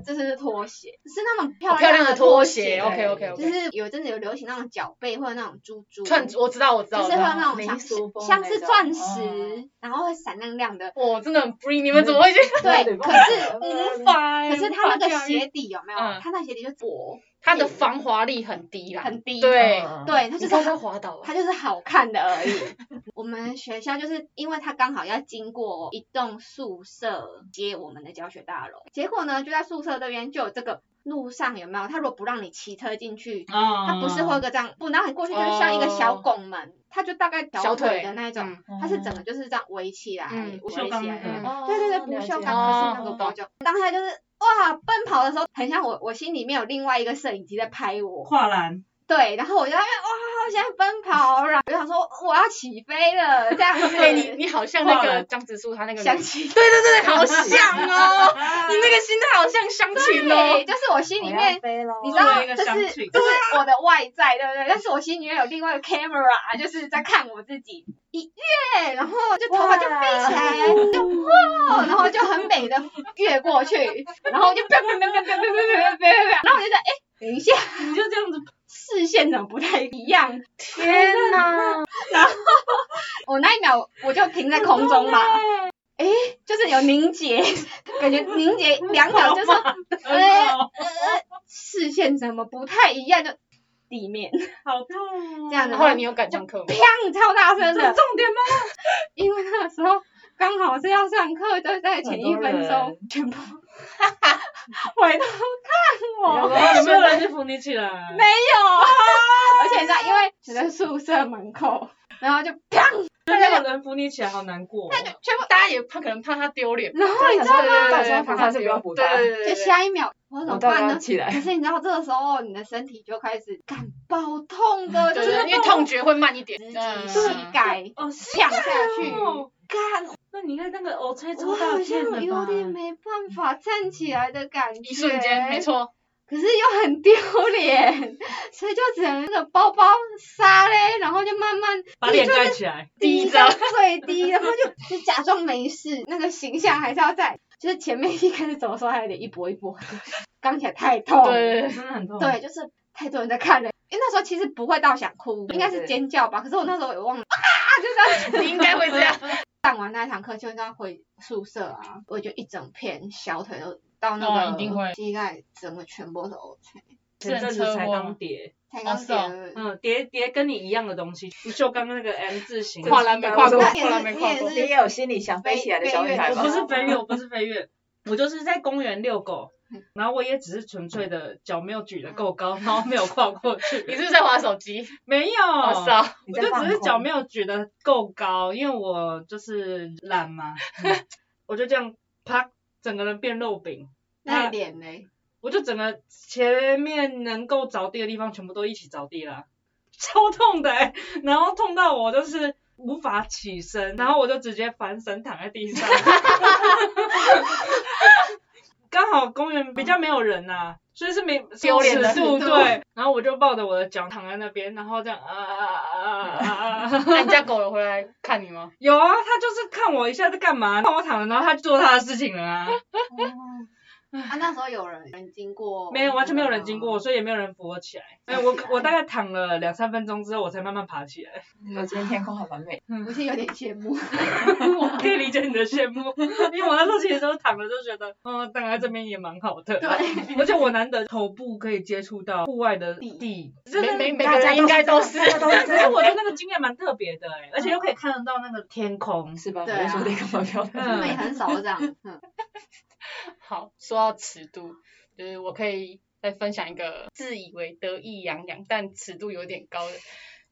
Speaker 3: 这次是拖鞋，是那种漂
Speaker 2: 哦漂
Speaker 3: 亮
Speaker 2: 亮的拖
Speaker 3: 拖
Speaker 2: 鞋，OK OK
Speaker 3: 就
Speaker 2: OK，
Speaker 3: 是有一阵子有流行那种脚背或者那种珠珠，
Speaker 2: 串
Speaker 3: 就是
Speaker 2: 我知道我知道，
Speaker 3: 会
Speaker 2: 我
Speaker 3: 有
Speaker 2: 知道
Speaker 3: 那种
Speaker 1: 民
Speaker 3: 像
Speaker 1: 俗风
Speaker 3: 像
Speaker 1: 那
Speaker 3: 是
Speaker 1: 种
Speaker 3: 钻
Speaker 1: 嗯
Speaker 2: 哦
Speaker 3: 石，然后会闪亮亮的。
Speaker 2: 我真的很 free，你们怎么会去？
Speaker 3: 对，可是
Speaker 1: 嗯
Speaker 2: 无法欸，
Speaker 3: 可是它那
Speaker 2: 无
Speaker 3: 个
Speaker 2: 法驾驭
Speaker 3: 鞋底有没有？
Speaker 2: 嗯
Speaker 3: 它那鞋底就薄，
Speaker 2: 它的防滑力很低啦，
Speaker 3: 很低
Speaker 2: 对，
Speaker 4: 啊
Speaker 1: 嗯
Speaker 3: 对，它
Speaker 2: 你
Speaker 3: 就是
Speaker 2: 刚刚滑倒了
Speaker 3: 它。就是好看的而已。 我们学校就是因为它刚好要经过一栋宿舍接我们的教学大楼，结果呢就在宿舍这边就有这个路上有没有？它如果不让你骑车进去，
Speaker 4: 啊
Speaker 3: 它不是
Speaker 2: 哦
Speaker 3: 会有个这样不，然后你过去就是像一个小拱门，它就大概
Speaker 2: 小
Speaker 3: 小
Speaker 2: 腿
Speaker 3: 腿的那一种，
Speaker 1: 嗯
Speaker 3: 它是整个就是这样围起来，
Speaker 2: 嗯
Speaker 3: 围
Speaker 4: 不锈钢
Speaker 3: 起来
Speaker 4: 那
Speaker 3: 的。
Speaker 4: 个
Speaker 2: 嗯
Speaker 3: 对对对，不锈钢，可是那个
Speaker 2: 懂
Speaker 3: 包就当下就是哇，奔跑的时候很像我，我心里面有另外一个摄影机在拍我，
Speaker 4: 跨栏，
Speaker 3: 对，然后我就在那边哇，我想奔跑，哦然后我就想说我要起飞了，这样子。
Speaker 2: 哎，你你好像那
Speaker 4: 跨
Speaker 2: 个
Speaker 4: 栏
Speaker 2: 江直树他那个，
Speaker 3: 想
Speaker 2: 对
Speaker 3: 起
Speaker 2: 对对，好 像哦，你
Speaker 4: 你
Speaker 2: 那个心态好像相亲
Speaker 3: 对，
Speaker 2: 哦，
Speaker 3: 就是我心里
Speaker 1: 我要
Speaker 3: 面，
Speaker 1: 飞喽
Speaker 3: 你知
Speaker 4: 作
Speaker 3: 道，
Speaker 4: 为一个
Speaker 3: 就
Speaker 4: 乡
Speaker 3: 是
Speaker 4: 亲
Speaker 3: 就是我的外在，对不对？但是我心里面有另外一个 camera，就是在看我自己。一跃，然后就头发就飞起来，就哇，然后就很美的越过去，然后我就啪啪啪啪啪啪啪啪啪啪啪，然后我就觉得，哎，等一下，
Speaker 4: 你就这样 子，
Speaker 3: 视线怎么不太一样？
Speaker 2: 天哪，
Speaker 3: 我那一秒我就停在空中嘛，诶，就是有凝结，感觉凝结两秒，就是说
Speaker 4: 哎，
Speaker 3: 视线怎么不太一样，就地面
Speaker 4: 好痛哦。
Speaker 3: 这样子
Speaker 2: 嗯后来你有敢上课吗？
Speaker 3: 砰超大声
Speaker 4: 这是
Speaker 3: 的，
Speaker 4: 重点吗？
Speaker 3: 因为那个时候刚好是要上课，就在前一分钟全部 回头看我，
Speaker 1: 有
Speaker 3: 没
Speaker 1: 没有
Speaker 4: 有没有人去扶你起来？没，
Speaker 3: 有，而且你知道，因为就在宿舍门口，然后就砰，
Speaker 4: 没有人扶你起来，好难过哦。
Speaker 2: 全部大家也怕，可能怕他丢脸，
Speaker 3: 然后你知道
Speaker 2: 对对
Speaker 3: 吗？
Speaker 1: 到
Speaker 2: 对
Speaker 1: 底要
Speaker 2: 对，
Speaker 1: 扶
Speaker 2: 怕
Speaker 1: 他
Speaker 2: 他
Speaker 1: 是不
Speaker 2: 丢
Speaker 1: 要扶
Speaker 2: 对
Speaker 1: 他
Speaker 2: 对对对，
Speaker 3: 就下一秒我怎
Speaker 1: 我
Speaker 3: 么
Speaker 1: 到底
Speaker 3: 办
Speaker 1: 要
Speaker 3: 呢？
Speaker 1: 起来
Speaker 3: 可？是你知道这个时候你的身体就开始感爆痛的，就
Speaker 2: 对
Speaker 3: 是
Speaker 2: 对，因为痛觉会慢一点，
Speaker 3: 直
Speaker 2: 嗯
Speaker 3: 击膝盖
Speaker 4: 哦，
Speaker 3: 呛下去，
Speaker 4: 哦
Speaker 3: 干，
Speaker 4: 那你应该那个呕差
Speaker 3: 我
Speaker 4: 超大
Speaker 3: 好像
Speaker 4: 片的吧？
Speaker 3: 有点没办法站起来的感觉，
Speaker 2: 一瞬间，没。错，
Speaker 3: 可是又很丢脸，所以就只能那个包包撒嘞，然后就慢慢
Speaker 4: 把脸盖起来。
Speaker 2: 低
Speaker 3: 到
Speaker 2: 着
Speaker 3: 最低，然后就就假装没事，那个形象还是要在。就是前面一开始走的时候还有点一波一波，刚起来太痛了。
Speaker 2: 对对
Speaker 4: 真的很痛。
Speaker 3: 对，就是太多人在看了。因为那时候其实不会到想哭，应该是尖叫吧。可是我那时候也忘了，啊
Speaker 2: 对，你应该会这样，
Speaker 3: 上完那一堂课就应该回宿舍啊，我就一整片小腿都到
Speaker 2: 哦
Speaker 3: 那
Speaker 2: 一定会
Speaker 3: 个膝盖，整个全部都 OK。
Speaker 4: 前阵子才刚叠，
Speaker 3: 才刚
Speaker 2: 是哦
Speaker 3: 结，
Speaker 4: 嗯，叠叠跟你一样的东西，不锈钢那个 M 字形。
Speaker 2: 跨栏没跨过，
Speaker 3: 那也是
Speaker 2: 跨栏没跨过
Speaker 3: 那，
Speaker 1: 你也有心里想飞起来的小女孩
Speaker 4: 我
Speaker 1: 吗
Speaker 4: 不？是飞跃，我不是飞跃，我就是在公园遛狗，
Speaker 1: 嗯
Speaker 4: 然后我也只是纯粹的脚没有举得够高，然后没有跨过
Speaker 2: 你
Speaker 4: 去，
Speaker 2: 是不是在滑手机？
Speaker 4: 没有，
Speaker 3: 嗯
Speaker 2: 好
Speaker 4: 我
Speaker 2: 骚，
Speaker 1: 你
Speaker 4: 就
Speaker 1: 在放
Speaker 4: 只是
Speaker 1: 空
Speaker 4: 脚没有举得够高，因为我就是 懒嘛，嗯我就这样啪，整个人变肉饼，
Speaker 3: 那一脸嘞，
Speaker 4: 我就整个前面能够着地的地方全部都一起着地了， 超痛的、欸，然后痛到我就是无法起身，然后我就直接翻身躺在地上。 刚好公园比较没有人呐、啊所以是没是
Speaker 2: 丢脸
Speaker 4: 尺
Speaker 2: 的
Speaker 4: 度
Speaker 3: 尺度
Speaker 4: 对，然后我就抱着我的脚躺在那边，然后这样啊啊啊啊啊啊啊！
Speaker 2: 那你家狗有回来看你吗？
Speaker 4: 有啊，他就是看我一下在干嘛，看我躺着，然后他就做他的事情了啊。
Speaker 3: 啊，那时候有人人经过，
Speaker 4: 没有，完全没有人经过
Speaker 3: 哦
Speaker 4: 我，，所以也没有人扶我起来。哎，我我大概躺了两三分钟之后，我才慢慢爬起来。
Speaker 1: 我今天天空还蛮美。
Speaker 3: 我是有点羡慕。
Speaker 4: 我可以理解你的羡慕，因为我那时候其实都躺着就觉得，嗯，躺在这边也蛮好的。
Speaker 3: 对，
Speaker 4: 而且我难得头部可以接触到户外的地，真的
Speaker 2: 每每每
Speaker 1: 大
Speaker 2: 个
Speaker 1: 家
Speaker 2: 人应该都是。
Speaker 1: 都是这
Speaker 4: 可是
Speaker 1: 样
Speaker 4: 我觉得那个经验蛮特别的哎、而且又可以看得到那个天空。
Speaker 1: 是吧？我
Speaker 3: 对
Speaker 1: 就
Speaker 3: 啊
Speaker 1: 说那个目标。
Speaker 4: 嗯
Speaker 3: 他们也很少这样。嗯，
Speaker 2: 好，说到尺度，就是我可以再分享一个自以为得意洋洋，但尺度有点高的。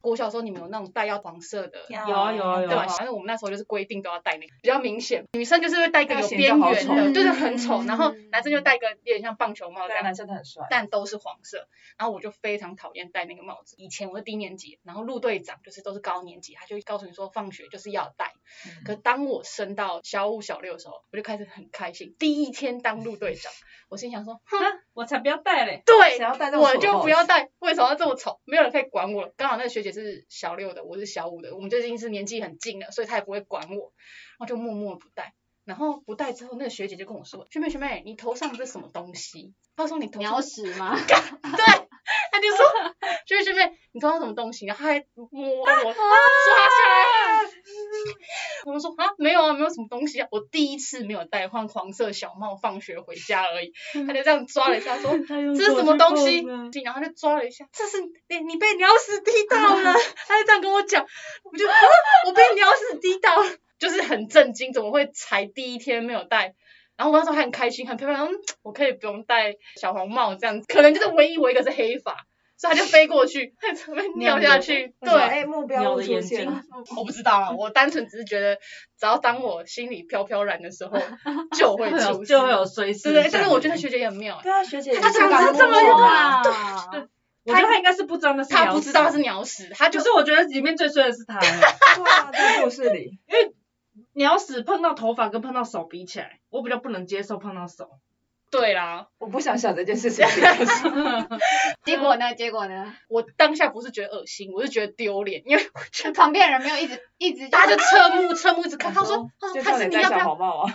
Speaker 2: 国小的时候你们有那种带要黄色的，
Speaker 1: 有
Speaker 4: 啊有啊有
Speaker 2: 对吧？反正我们那时候就是规定都要带那个，比较明显。女生就是会戴一个有边
Speaker 1: 那个
Speaker 2: 缘
Speaker 1: 型就好
Speaker 2: 的，
Speaker 1: 丑
Speaker 2: 对对，很丑。然后
Speaker 3: 嗯
Speaker 2: 男生就戴一个有点像棒球帽这
Speaker 1: 对，
Speaker 2: 样
Speaker 1: 男，生都很帅。
Speaker 2: 但都是黄色。然后我就非常讨厌戴那个帽子。以前我是低年级，然后陆队长就是都是高年级，他就会告诉你说放学就是要戴。
Speaker 1: 嗯
Speaker 2: 可是当我升到小五、小六的时候，我就开始很开心。第一天当陆队长，我心想说，
Speaker 4: 啊，我才不要带嘞！
Speaker 2: 对
Speaker 1: 谁，要戴这种
Speaker 2: 我
Speaker 1: 丑
Speaker 2: 就
Speaker 1: 帽
Speaker 2: 不
Speaker 1: 子
Speaker 2: 要戴，为什么要这么丑？没有人可以管我了。刚好那个学姐是小六的，我是小五的，我们就已经是年纪很近了，所以她也不会管我，然后就默默不戴。然后不戴之后，那个学姐就跟我说：“学妹学妹，你头上这是什么东西？”她说：“你头上
Speaker 3: 鸟屎吗？
Speaker 2: 对，他就说学妹学妹，你头上什么东西？然后他还摸我，抓起来。 我们说啊，没有啊，没有什么东西啊，我第一次没有戴换黄色小帽，放学回家而已。他就这样抓了一下，说这是什么东西？然后他就抓了一下，这是你你被鸟屎滴到 了，他就这样跟我讲，我就、啊、我被鸟屎滴到了，就是很震惊，怎么会才第一天没有戴？然后我那时候还很开心，很漂亮，嗯我可以不用戴小黄帽这样子，可能就是唯一我一个是黑发，所以他就飞过去， 他就被尿下去，
Speaker 1: 为什么
Speaker 2: 对。
Speaker 1: 哎，目标
Speaker 4: 鸟
Speaker 1: 物
Speaker 4: 的
Speaker 1: 出
Speaker 4: 眼
Speaker 1: 现
Speaker 4: 睛
Speaker 1: 了。
Speaker 2: 我不知道啊，我单纯只是觉得，只要当我心里飘飘然的时 候，就会
Speaker 4: 会有
Speaker 2: 出
Speaker 4: 就会
Speaker 2: 事。
Speaker 4: 有随时。
Speaker 2: 对对，但是我觉得学姐也很妙欸，
Speaker 1: 对啊，学姐也
Speaker 2: 她
Speaker 1: 是
Speaker 2: 长
Speaker 1: 敢
Speaker 2: 得
Speaker 1: 摸
Speaker 2: 这么
Speaker 1: 我
Speaker 2: 样
Speaker 1: 啊
Speaker 2: 啊
Speaker 3: 对，
Speaker 4: 我觉得他应该是不知道那是
Speaker 2: 她
Speaker 4: 鸟
Speaker 2: 不知道是鸟屎，她就
Speaker 4: 可是我觉得里面最衰的是他，
Speaker 1: 对啊，在故事里，
Speaker 4: 鸟屎碰到头发跟碰到手比起来，我比较不能接受碰到手。
Speaker 2: 对啦，
Speaker 1: 我不想想这件事情。可 是
Speaker 3: 结果呢？结果呢？
Speaker 2: 我当下不是觉得恶心，我是觉得丢脸，因为我觉得
Speaker 3: 旁边人没有一直一直
Speaker 2: 大家就侧目侧目一直看，他
Speaker 4: 哦
Speaker 2: 说啊
Speaker 1: 就
Speaker 2: 他
Speaker 1: 叫
Speaker 2: 是
Speaker 1: 你戴
Speaker 2: 你要不
Speaker 1: 小
Speaker 2: 要？
Speaker 1: 黄帽啊，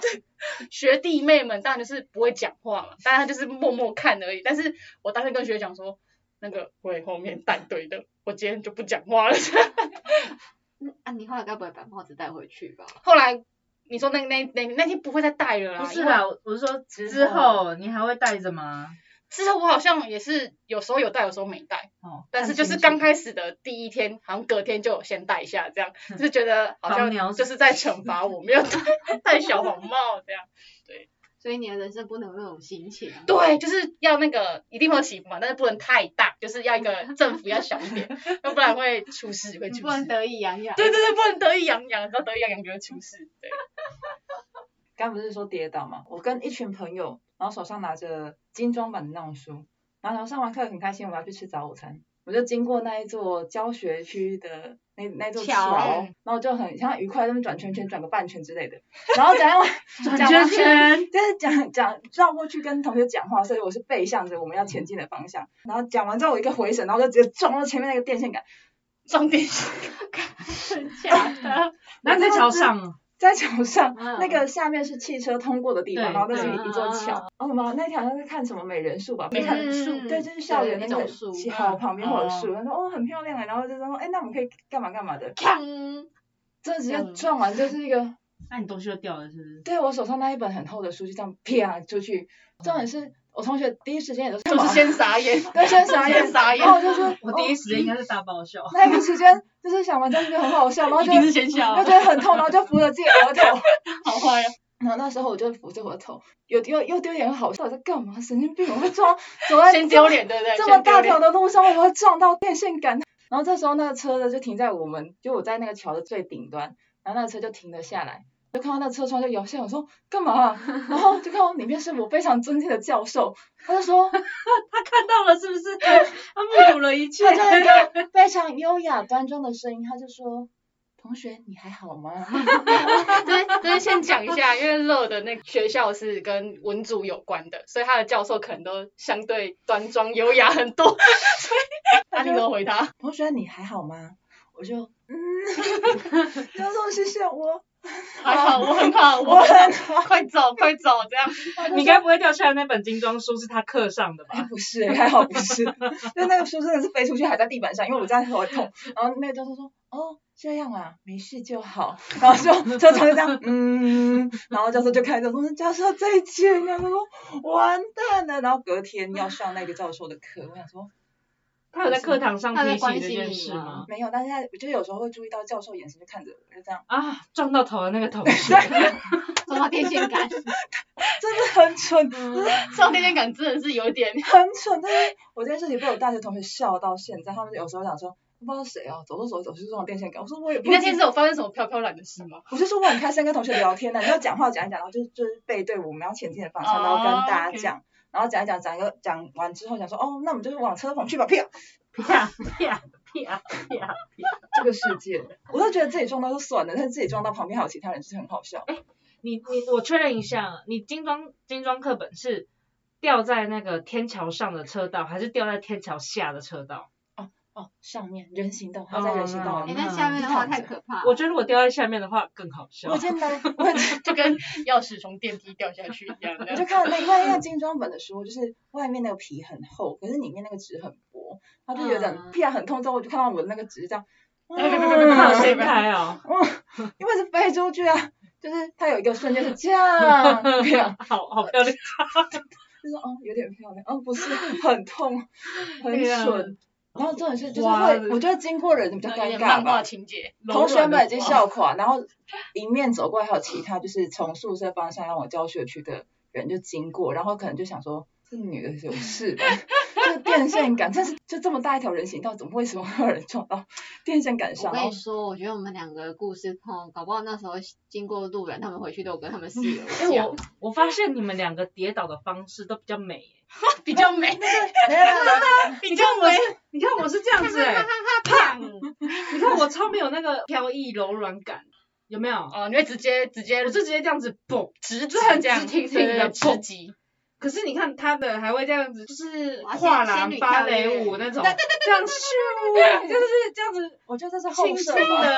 Speaker 2: 学弟妹们当然就是不会讲话嘛，当然他就是默默看而已。但是我当时跟学姐讲说，那个会后面带队的，我今天就不讲话了。
Speaker 3: 嗯啊，你后来该不会把帽子带回去吧？
Speaker 2: 后来你说那那那那天不会再带了啦，
Speaker 4: 不是
Speaker 2: 因为
Speaker 4: 啦，我是说啊之
Speaker 1: 之
Speaker 4: 后你还会带着吗？
Speaker 2: 之后我好像也是有时候有带，有时候没带，
Speaker 4: 哦，
Speaker 2: 但是就是刚开始的第一天，好像隔天就有先戴一下，这样就是觉得好
Speaker 4: 防鸟
Speaker 2: 像
Speaker 4: 屎
Speaker 2: 就是在惩罚我，没有 戴戴小黄帽这样。
Speaker 3: 所以你的人生不能有那种心情。
Speaker 2: 对，就是要那个一定会有起伏嘛，但是不能太大，就是要一个振幅要小一点，要不然会出事，会
Speaker 3: 你
Speaker 2: 出
Speaker 3: 不
Speaker 4: 嗯
Speaker 3: 能
Speaker 2: 事。
Speaker 3: 得意洋洋。
Speaker 2: 对对对，不能得意洋洋，然后得意洋洋就会出事。对，
Speaker 1: 刚不是说跌倒嘛？我跟一群朋友，然后手上拿着精装版的那种书，然后然后上完课很开心，我要去吃早午餐，我就经过那一座教学区的那那座
Speaker 3: 桥
Speaker 1: 桥，然后就很像愉快在那边转圈圈，转个半圈之类的，然后讲完讲完
Speaker 4: 圈，
Speaker 1: 就是讲讲绕过去跟同学讲话，所以我是背向着我们要前进的方向，然后讲完之后我一个回神，然后就直接撞到前面那个电线杆，
Speaker 2: 撞电视，
Speaker 3: 假的。
Speaker 4: 那在桥上，啊
Speaker 1: 在桥上，
Speaker 3: 嗯
Speaker 1: 那个下面是汽车通过的地方，
Speaker 4: 对
Speaker 1: 然后那是
Speaker 3: 嗯
Speaker 1: 一座桥。
Speaker 3: 嗯
Speaker 1: 然后什么？那条好像是看什么美人树吧？美
Speaker 3: 人树
Speaker 1: 对，就是校园
Speaker 3: 对
Speaker 1: 那
Speaker 3: 那
Speaker 1: 个
Speaker 3: 种树
Speaker 1: 桥旁边
Speaker 4: 嗯
Speaker 1: 会有
Speaker 4: 哦
Speaker 1: 树。他说哦，很漂亮哎，然后就说哎，那我们可以干嘛干嘛的。
Speaker 3: 锵！
Speaker 1: 这直接
Speaker 3: 嗯
Speaker 1: 撞完就是一个，
Speaker 4: 那你东西就掉了是不是？
Speaker 1: 对我手上那一本很厚的书就这样啪出去。重点是我同学第一时间 也都是
Speaker 2: 就是先傻眼。
Speaker 1: 对先傻眼，
Speaker 2: 先傻眼
Speaker 1: 然后我就说
Speaker 4: 我第一
Speaker 1: 哦
Speaker 4: 时间应该是大爆笑，
Speaker 1: 那一个时间就是想完真的很好笑，然后就
Speaker 4: 先笑
Speaker 1: 又觉得很痛，然后就扶着自己额头。
Speaker 2: 好坏啊！
Speaker 1: 然后那时候我就扶着我的头，有又又丢脸，好笑，我在干嘛？神经病！我会撞，走在
Speaker 2: 先丢脸，对不对？
Speaker 1: 这么
Speaker 2: 先丢
Speaker 1: 大
Speaker 2: 脸
Speaker 1: 条的路上，我会撞到电线杆。然后这时候那个车呢就停在我们，就我在那个桥的最顶端，然后那个车就停了下来，就看到那个车窗就摇下来，我说干嘛、啊？然后就看到里面是我非常尊敬的教授，他就说
Speaker 4: 他 看到了是不 是？他目睹了一切
Speaker 1: 他。就一个非常优雅端庄的声音，他就说：“同学你还好吗？
Speaker 2: 对，就是先讲一下，因为乐的那个学校是跟文组有关的，所以他的教授可能都相对端庄优雅很多，所以 啊他就回答，
Speaker 1: 同学你还好吗？我就嗯，教授谢谢我，
Speaker 2: 还好，我很好，我
Speaker 1: 我很
Speaker 2: 好， 快走，快走，这样。
Speaker 4: 你该不会掉下来那本精装书是他课上的
Speaker 1: 哎
Speaker 4: 吧？
Speaker 1: 不是，还好不是， 就那个书真的是飞出去还在地板上，因为我这样头痛。然后那个教授说，哦这样啊，没事就好。然后就教授就这样，嗯，然后教授就开始说，教授再见。然后我说完蛋了。然后隔天要上那个教授的课，我想说。
Speaker 4: 他有在课堂上
Speaker 3: 他在
Speaker 4: 提
Speaker 3: 关
Speaker 4: 起这
Speaker 3: 心
Speaker 4: 件
Speaker 3: 你
Speaker 4: 事
Speaker 3: 吗
Speaker 4: 吗？
Speaker 1: 没有，但是他就有时候会注意到教授眼神就看着我，就这样，
Speaker 4: 啊，撞到头的那个同 学，
Speaker 3: 什么电线杆？
Speaker 1: 真的很蠢，
Speaker 2: 上电线杆真的是有 点，
Speaker 1: 很蠢。但是我这件事情被我大学同学笑到现在，他们有时候想说，不知道谁哦，走路走着走去撞电线杆。我说我也不
Speaker 2: 你那天
Speaker 1: 知
Speaker 2: 是有发生什么飘飘然的事吗？
Speaker 1: 我就说我很开心跟同学聊天呢，你要讲话讲一讲，然后就就是背对我们要前进的方向，然后跟大家
Speaker 2: 哦
Speaker 1: 讲。然后讲一讲，讲一个讲完之后，想说哦，那我们就是往车棚去吧，啪！
Speaker 4: 啪啪啪啪！
Speaker 1: 这个世界，我都觉得自己撞到就算了，但是自己撞到旁边还有其他人，就是很好笑。
Speaker 4: 你你我确认一下，你精装精装课本是掉在那个天桥上的车道，还是掉在天桥下的车道？
Speaker 1: 哦，上面人行道，他在人行道
Speaker 4: 哦
Speaker 1: 里
Speaker 3: 你
Speaker 1: 面。
Speaker 3: 在哎下面的话太可怕了。
Speaker 4: 我觉得如果掉在下面的话更好笑
Speaker 1: 我。今天来， 我
Speaker 2: 就跟钥匙从电梯掉下去一样
Speaker 1: 我就
Speaker 2: 的。
Speaker 1: 看了那外面精装本的书，就是外面那个皮很厚，可是里面那个纸很薄，它就有点
Speaker 3: 嗯
Speaker 1: 屁啊很痛。之后我就看到我的那个纸这样，
Speaker 4: 靠
Speaker 1: 嗯
Speaker 4: 谁开啊？
Speaker 1: 因为是飞出去啊，就是它有一个瞬间是这样这样，
Speaker 4: 好好漂亮，
Speaker 1: 就是哦有点漂亮，哦不是很痛，很
Speaker 4: 对啊
Speaker 1: 蠢。然后重点是就是
Speaker 4: 哇
Speaker 1: 会，我觉得经过的人比较
Speaker 2: 有
Speaker 1: 尴
Speaker 2: 点
Speaker 1: 尬
Speaker 2: 漫画
Speaker 1: 吧。
Speaker 2: 情节，
Speaker 1: 同学们已经
Speaker 4: 柔软的
Speaker 1: 笑垮，然后迎面走过来还有其他就是从宿舍方向让我教学区的人就经过，然后可能就想说这女的有事吧，这电线杆，但是就这么大一条人行道，怎么为什么会有人撞到电线杆
Speaker 3: 我
Speaker 1: 上？然哦
Speaker 3: 跟
Speaker 1: 后
Speaker 3: 你说，我觉得我们两个的故事碰，搞不好那时候经过路人，他们回去都有跟他们室 友
Speaker 4: 哎、
Speaker 3: 讲
Speaker 4: 我。我发现你们两个跌倒的方式都比较美耶、
Speaker 2: 比较美，
Speaker 1: 啊
Speaker 4: 你看我是，你看我是这样 子哎、胖，你看我超没有那个飘逸柔软感，有没有？
Speaker 2: 哦，你会直接直接
Speaker 4: 我就直接这样子蹦，
Speaker 2: 直
Speaker 4: 就很
Speaker 2: 这样，
Speaker 4: 直挺挺
Speaker 2: 对
Speaker 4: 的
Speaker 2: 直
Speaker 4: 蹦
Speaker 2: 击，
Speaker 4: 可是你看他的还会这样子，就是
Speaker 3: 哇仙
Speaker 4: 跨
Speaker 3: 仙
Speaker 4: 栏
Speaker 3: 女
Speaker 4: 芭
Speaker 3: 跳跃
Speaker 4: 蕾舞那种，这样咻，就是这样子
Speaker 1: 我觉得这是后
Speaker 4: 轻
Speaker 1: 设
Speaker 4: 轻
Speaker 1: 吧，
Speaker 4: 的，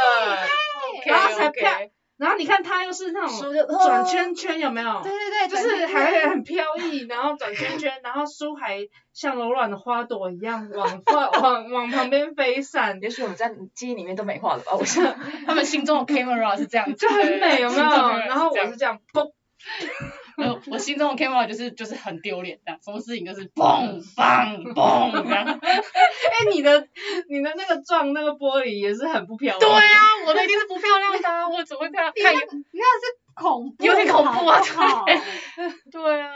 Speaker 4: 然后才
Speaker 2: OK，OK
Speaker 4: 啪，然后你看他又是那种
Speaker 1: 书就
Speaker 4: 转
Speaker 1: 哦
Speaker 4: 圈圈，有没有？
Speaker 3: 哦对对对，
Speaker 4: 就是还会很飘逸，然后转圈圈，然后书还像柔软的花朵一样往 外往往旁边飞散，
Speaker 1: 也许我们在记忆里面都美化了吧，我想。
Speaker 2: 他们心中的 camera 是这样子，
Speaker 4: 就很美，有没
Speaker 2: 心
Speaker 4: 有？
Speaker 2: 中的 camera
Speaker 4: 然后
Speaker 2: 这
Speaker 4: 我
Speaker 2: 样
Speaker 4: 是这样嘣，
Speaker 2: 没有，我心中的 camera 就是就是很丢脸这样，什么事情就是嘣嘣嘣这样。
Speaker 4: 哎，你的你的那个撞那个玻璃也是很不漂亮。
Speaker 2: 对啊，我的一定是不漂亮的、啊，我怎么会漂亮？看
Speaker 3: 你看是 恐怖，
Speaker 2: 有点恐怖啊
Speaker 3: 好不好
Speaker 2: 对啊，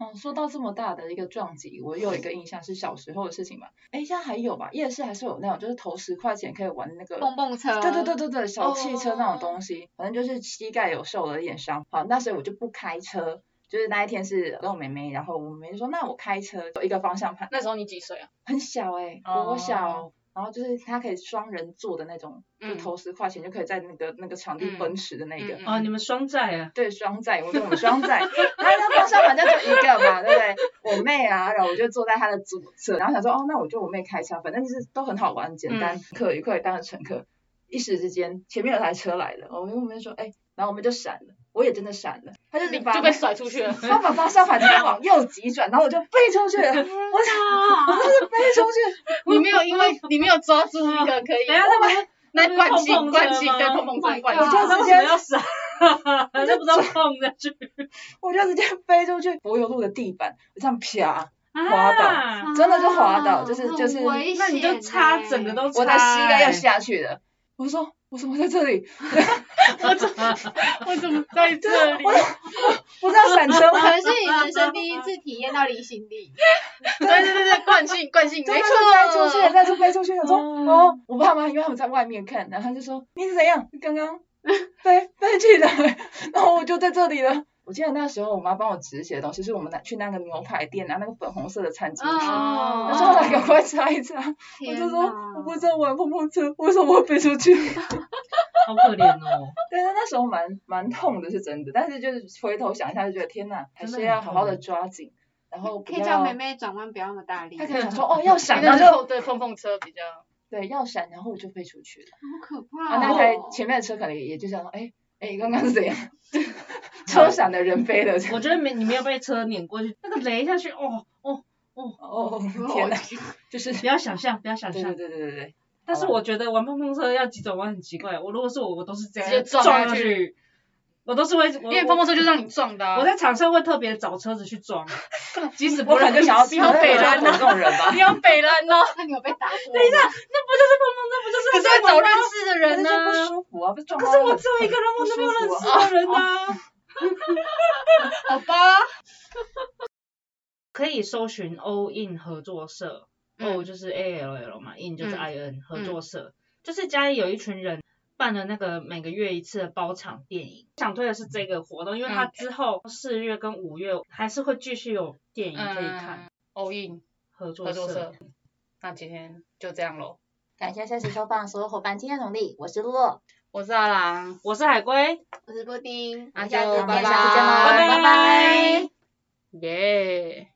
Speaker 1: 嗯，说到这么大的一个撞击，我有一个印象是小时候的事情吧。哎，现在还有吧？夜市还是有那种，就是投十块钱可以玩那个
Speaker 3: 蹦蹦车。
Speaker 1: 对对对对对，小汽车那
Speaker 2: 嗯哦
Speaker 1: 种东西，反正就是膝盖有受了一点伤。好，那所以我就不开车，就是那一天是跟我妹妹，然后我妹妹就说那我开车，有一个方向盘，
Speaker 2: 那时候你几岁啊？
Speaker 1: 很小哎、
Speaker 2: 哦
Speaker 1: 我小。然后就是它可以双人坐的那种，就投十块钱就可以在那个那个场地
Speaker 2: 嗯
Speaker 1: 奔驰的那个，
Speaker 2: 嗯嗯
Speaker 4: 哦，你们双寨啊，
Speaker 1: 对双载，我跟我们双载，然后那方向盘就只有一个嘛，对不对？我妹啊，然后我就坐在她的左侧，然后想说，哦，那我就我妹开车，反正就是都很好玩，简单，
Speaker 2: 嗯
Speaker 1: 可愉快当个乘客。一时之间，前面有台车来了，我跟我妹说，哎、然后我们就闪了，我也真的闪了，她就是
Speaker 2: 你
Speaker 1: 把
Speaker 2: 就被甩出 去了。
Speaker 1: 她把方向盘直接往右急转，然后我就飞出去了，我操，我真是飞出去，
Speaker 2: 你没有因 为你没有抓住一个可以
Speaker 4: 等一下他们
Speaker 2: 那惯
Speaker 4: 碰
Speaker 2: 性
Speaker 4: 碰
Speaker 2: 惯
Speaker 4: 车
Speaker 2: 性
Speaker 4: 吗
Speaker 2: 对碰碰车惯
Speaker 3: 我
Speaker 2: 性，
Speaker 1: 就
Speaker 4: 他
Speaker 1: 直
Speaker 4: 为
Speaker 1: 接
Speaker 4: 什么要 闪？都不知道碰下去，
Speaker 1: 我就直接飞出去柏油路的地板，我这样啪，滑倒
Speaker 4: 啊
Speaker 1: 真的就滑倒就是
Speaker 3: 啊很
Speaker 1: 就是
Speaker 3: 危
Speaker 4: 那你就
Speaker 3: 险
Speaker 4: 擦
Speaker 3: 欸
Speaker 4: 整个 都擦，欸
Speaker 1: 我的膝盖要下去了。我说我怎么在这里？
Speaker 2: 我怎么我怎么在
Speaker 1: 啊
Speaker 2: 这里？
Speaker 1: 不知道闪车吗
Speaker 3: 可？能是你人生第一次体验到离心力，
Speaker 2: 对对对对，惯性惯性，
Speaker 1: 真
Speaker 2: 没
Speaker 1: 的
Speaker 2: 错
Speaker 1: 是，飞出去了，再次飞出去了。说
Speaker 4: 嗯
Speaker 1: 哦，我爸妈因为他们在外面看，然后他就说你是怎样？刚刚飞飞去的，然后我就在这里了。我记得那时候我妈帮我止血的东西，是我们拿去那个牛排店拿那个粉红色的餐 巾纸，
Speaker 3: 哦
Speaker 1: 我说我来赶快擦一擦。我
Speaker 3: 天
Speaker 1: 就说
Speaker 3: 哪
Speaker 1: 我不知道玩碰碰车，为什么会飞出去？
Speaker 4: 好可怜哦。
Speaker 1: 对，但那时候蛮蛮痛的，是真的。但是就是回头想一下，就觉得天哪，还
Speaker 4: 真的
Speaker 1: 是
Speaker 4: 很
Speaker 1: 要好好的
Speaker 4: 痛
Speaker 1: 抓紧，然后不
Speaker 3: 可以
Speaker 1: 要
Speaker 3: 叫妹。妹转弯不要那么大力，
Speaker 1: 她
Speaker 3: 好
Speaker 1: 可能想说，哦，要闪，然
Speaker 2: 那
Speaker 1: 后
Speaker 2: 时
Speaker 1: 就
Speaker 2: 候对碰碰车比较，
Speaker 1: 对要闪，然后我就飞出去了。
Speaker 3: 可
Speaker 1: 啊，
Speaker 3: 怕
Speaker 1: 那台
Speaker 3: 哦！
Speaker 1: 前面的车可能也也就想说，哎哎，刚刚是怎样？ 车闪的人飞了，
Speaker 4: 嗯我觉得没你没有被车碾过去，那个雷下去，哦哦，
Speaker 1: 哦 天哪，就是
Speaker 4: 不要想象，不要想
Speaker 1: 对对
Speaker 4: 象。
Speaker 1: 对对对对，
Speaker 4: 但是我觉得玩碰碰车要急转弯很奇怪，我如果是我，我都是这样
Speaker 2: 直接撞
Speaker 4: 撞
Speaker 2: 下
Speaker 4: 上
Speaker 2: 去
Speaker 4: 去，我都是会，
Speaker 2: 因
Speaker 4: 我
Speaker 2: 为碰碰车就让你撞的、啊。
Speaker 4: 我在场上会特别找车子 去撞，即使不
Speaker 1: 我可能就想要
Speaker 2: 你好北蓝
Speaker 1: 我
Speaker 2: 啊
Speaker 1: 这种人吧
Speaker 2: 你。要北蓝哦，
Speaker 3: 那你有被打 过？等一下，
Speaker 4: 那
Speaker 2: 可
Speaker 4: 不
Speaker 2: 是
Speaker 4: 就是
Speaker 2: 会
Speaker 4: 碰碰车，不就是在
Speaker 2: 找
Speaker 4: 玩
Speaker 2: 认
Speaker 4: 吗
Speaker 2: 识的
Speaker 1: 可是
Speaker 2: 人
Speaker 1: 就不
Speaker 2: 呢、
Speaker 1: 舒服啊，不是撞
Speaker 4: 可
Speaker 1: 到
Speaker 4: 是
Speaker 1: 那
Speaker 4: 我
Speaker 1: 个
Speaker 4: 只有一个人，我都没有认
Speaker 1: 不舒服
Speaker 4: 识的人啊。
Speaker 2: 好吧，
Speaker 4: 可以搜寻 All In 合作社、
Speaker 2: 嗯
Speaker 4: o 就是 A L L 嘛，In 就是
Speaker 2: 嗯
Speaker 4: I N、合作社，就是家里有一群人办了那个每个月一次的包场电影，想推的是这个活动，因为它
Speaker 2: 嗯
Speaker 4: 之后四月跟五月还是会继续有电影可以看。
Speaker 2: ，all in
Speaker 4: 合作
Speaker 2: 嗯合作
Speaker 4: 社
Speaker 2: 社，，那今天就这样喽。
Speaker 5: 感谢三十收放所有伙伴今天的努力，我是露露，
Speaker 2: 我是阿郎，
Speaker 4: 我是海龟，
Speaker 3: 我是布丁，
Speaker 2: 那
Speaker 3: 我们
Speaker 2: 就
Speaker 3: 下次
Speaker 5: 我们
Speaker 3: 见
Speaker 2: 拜
Speaker 5: 下次见喽，
Speaker 2: 拜
Speaker 5: 拜拜
Speaker 2: 耶、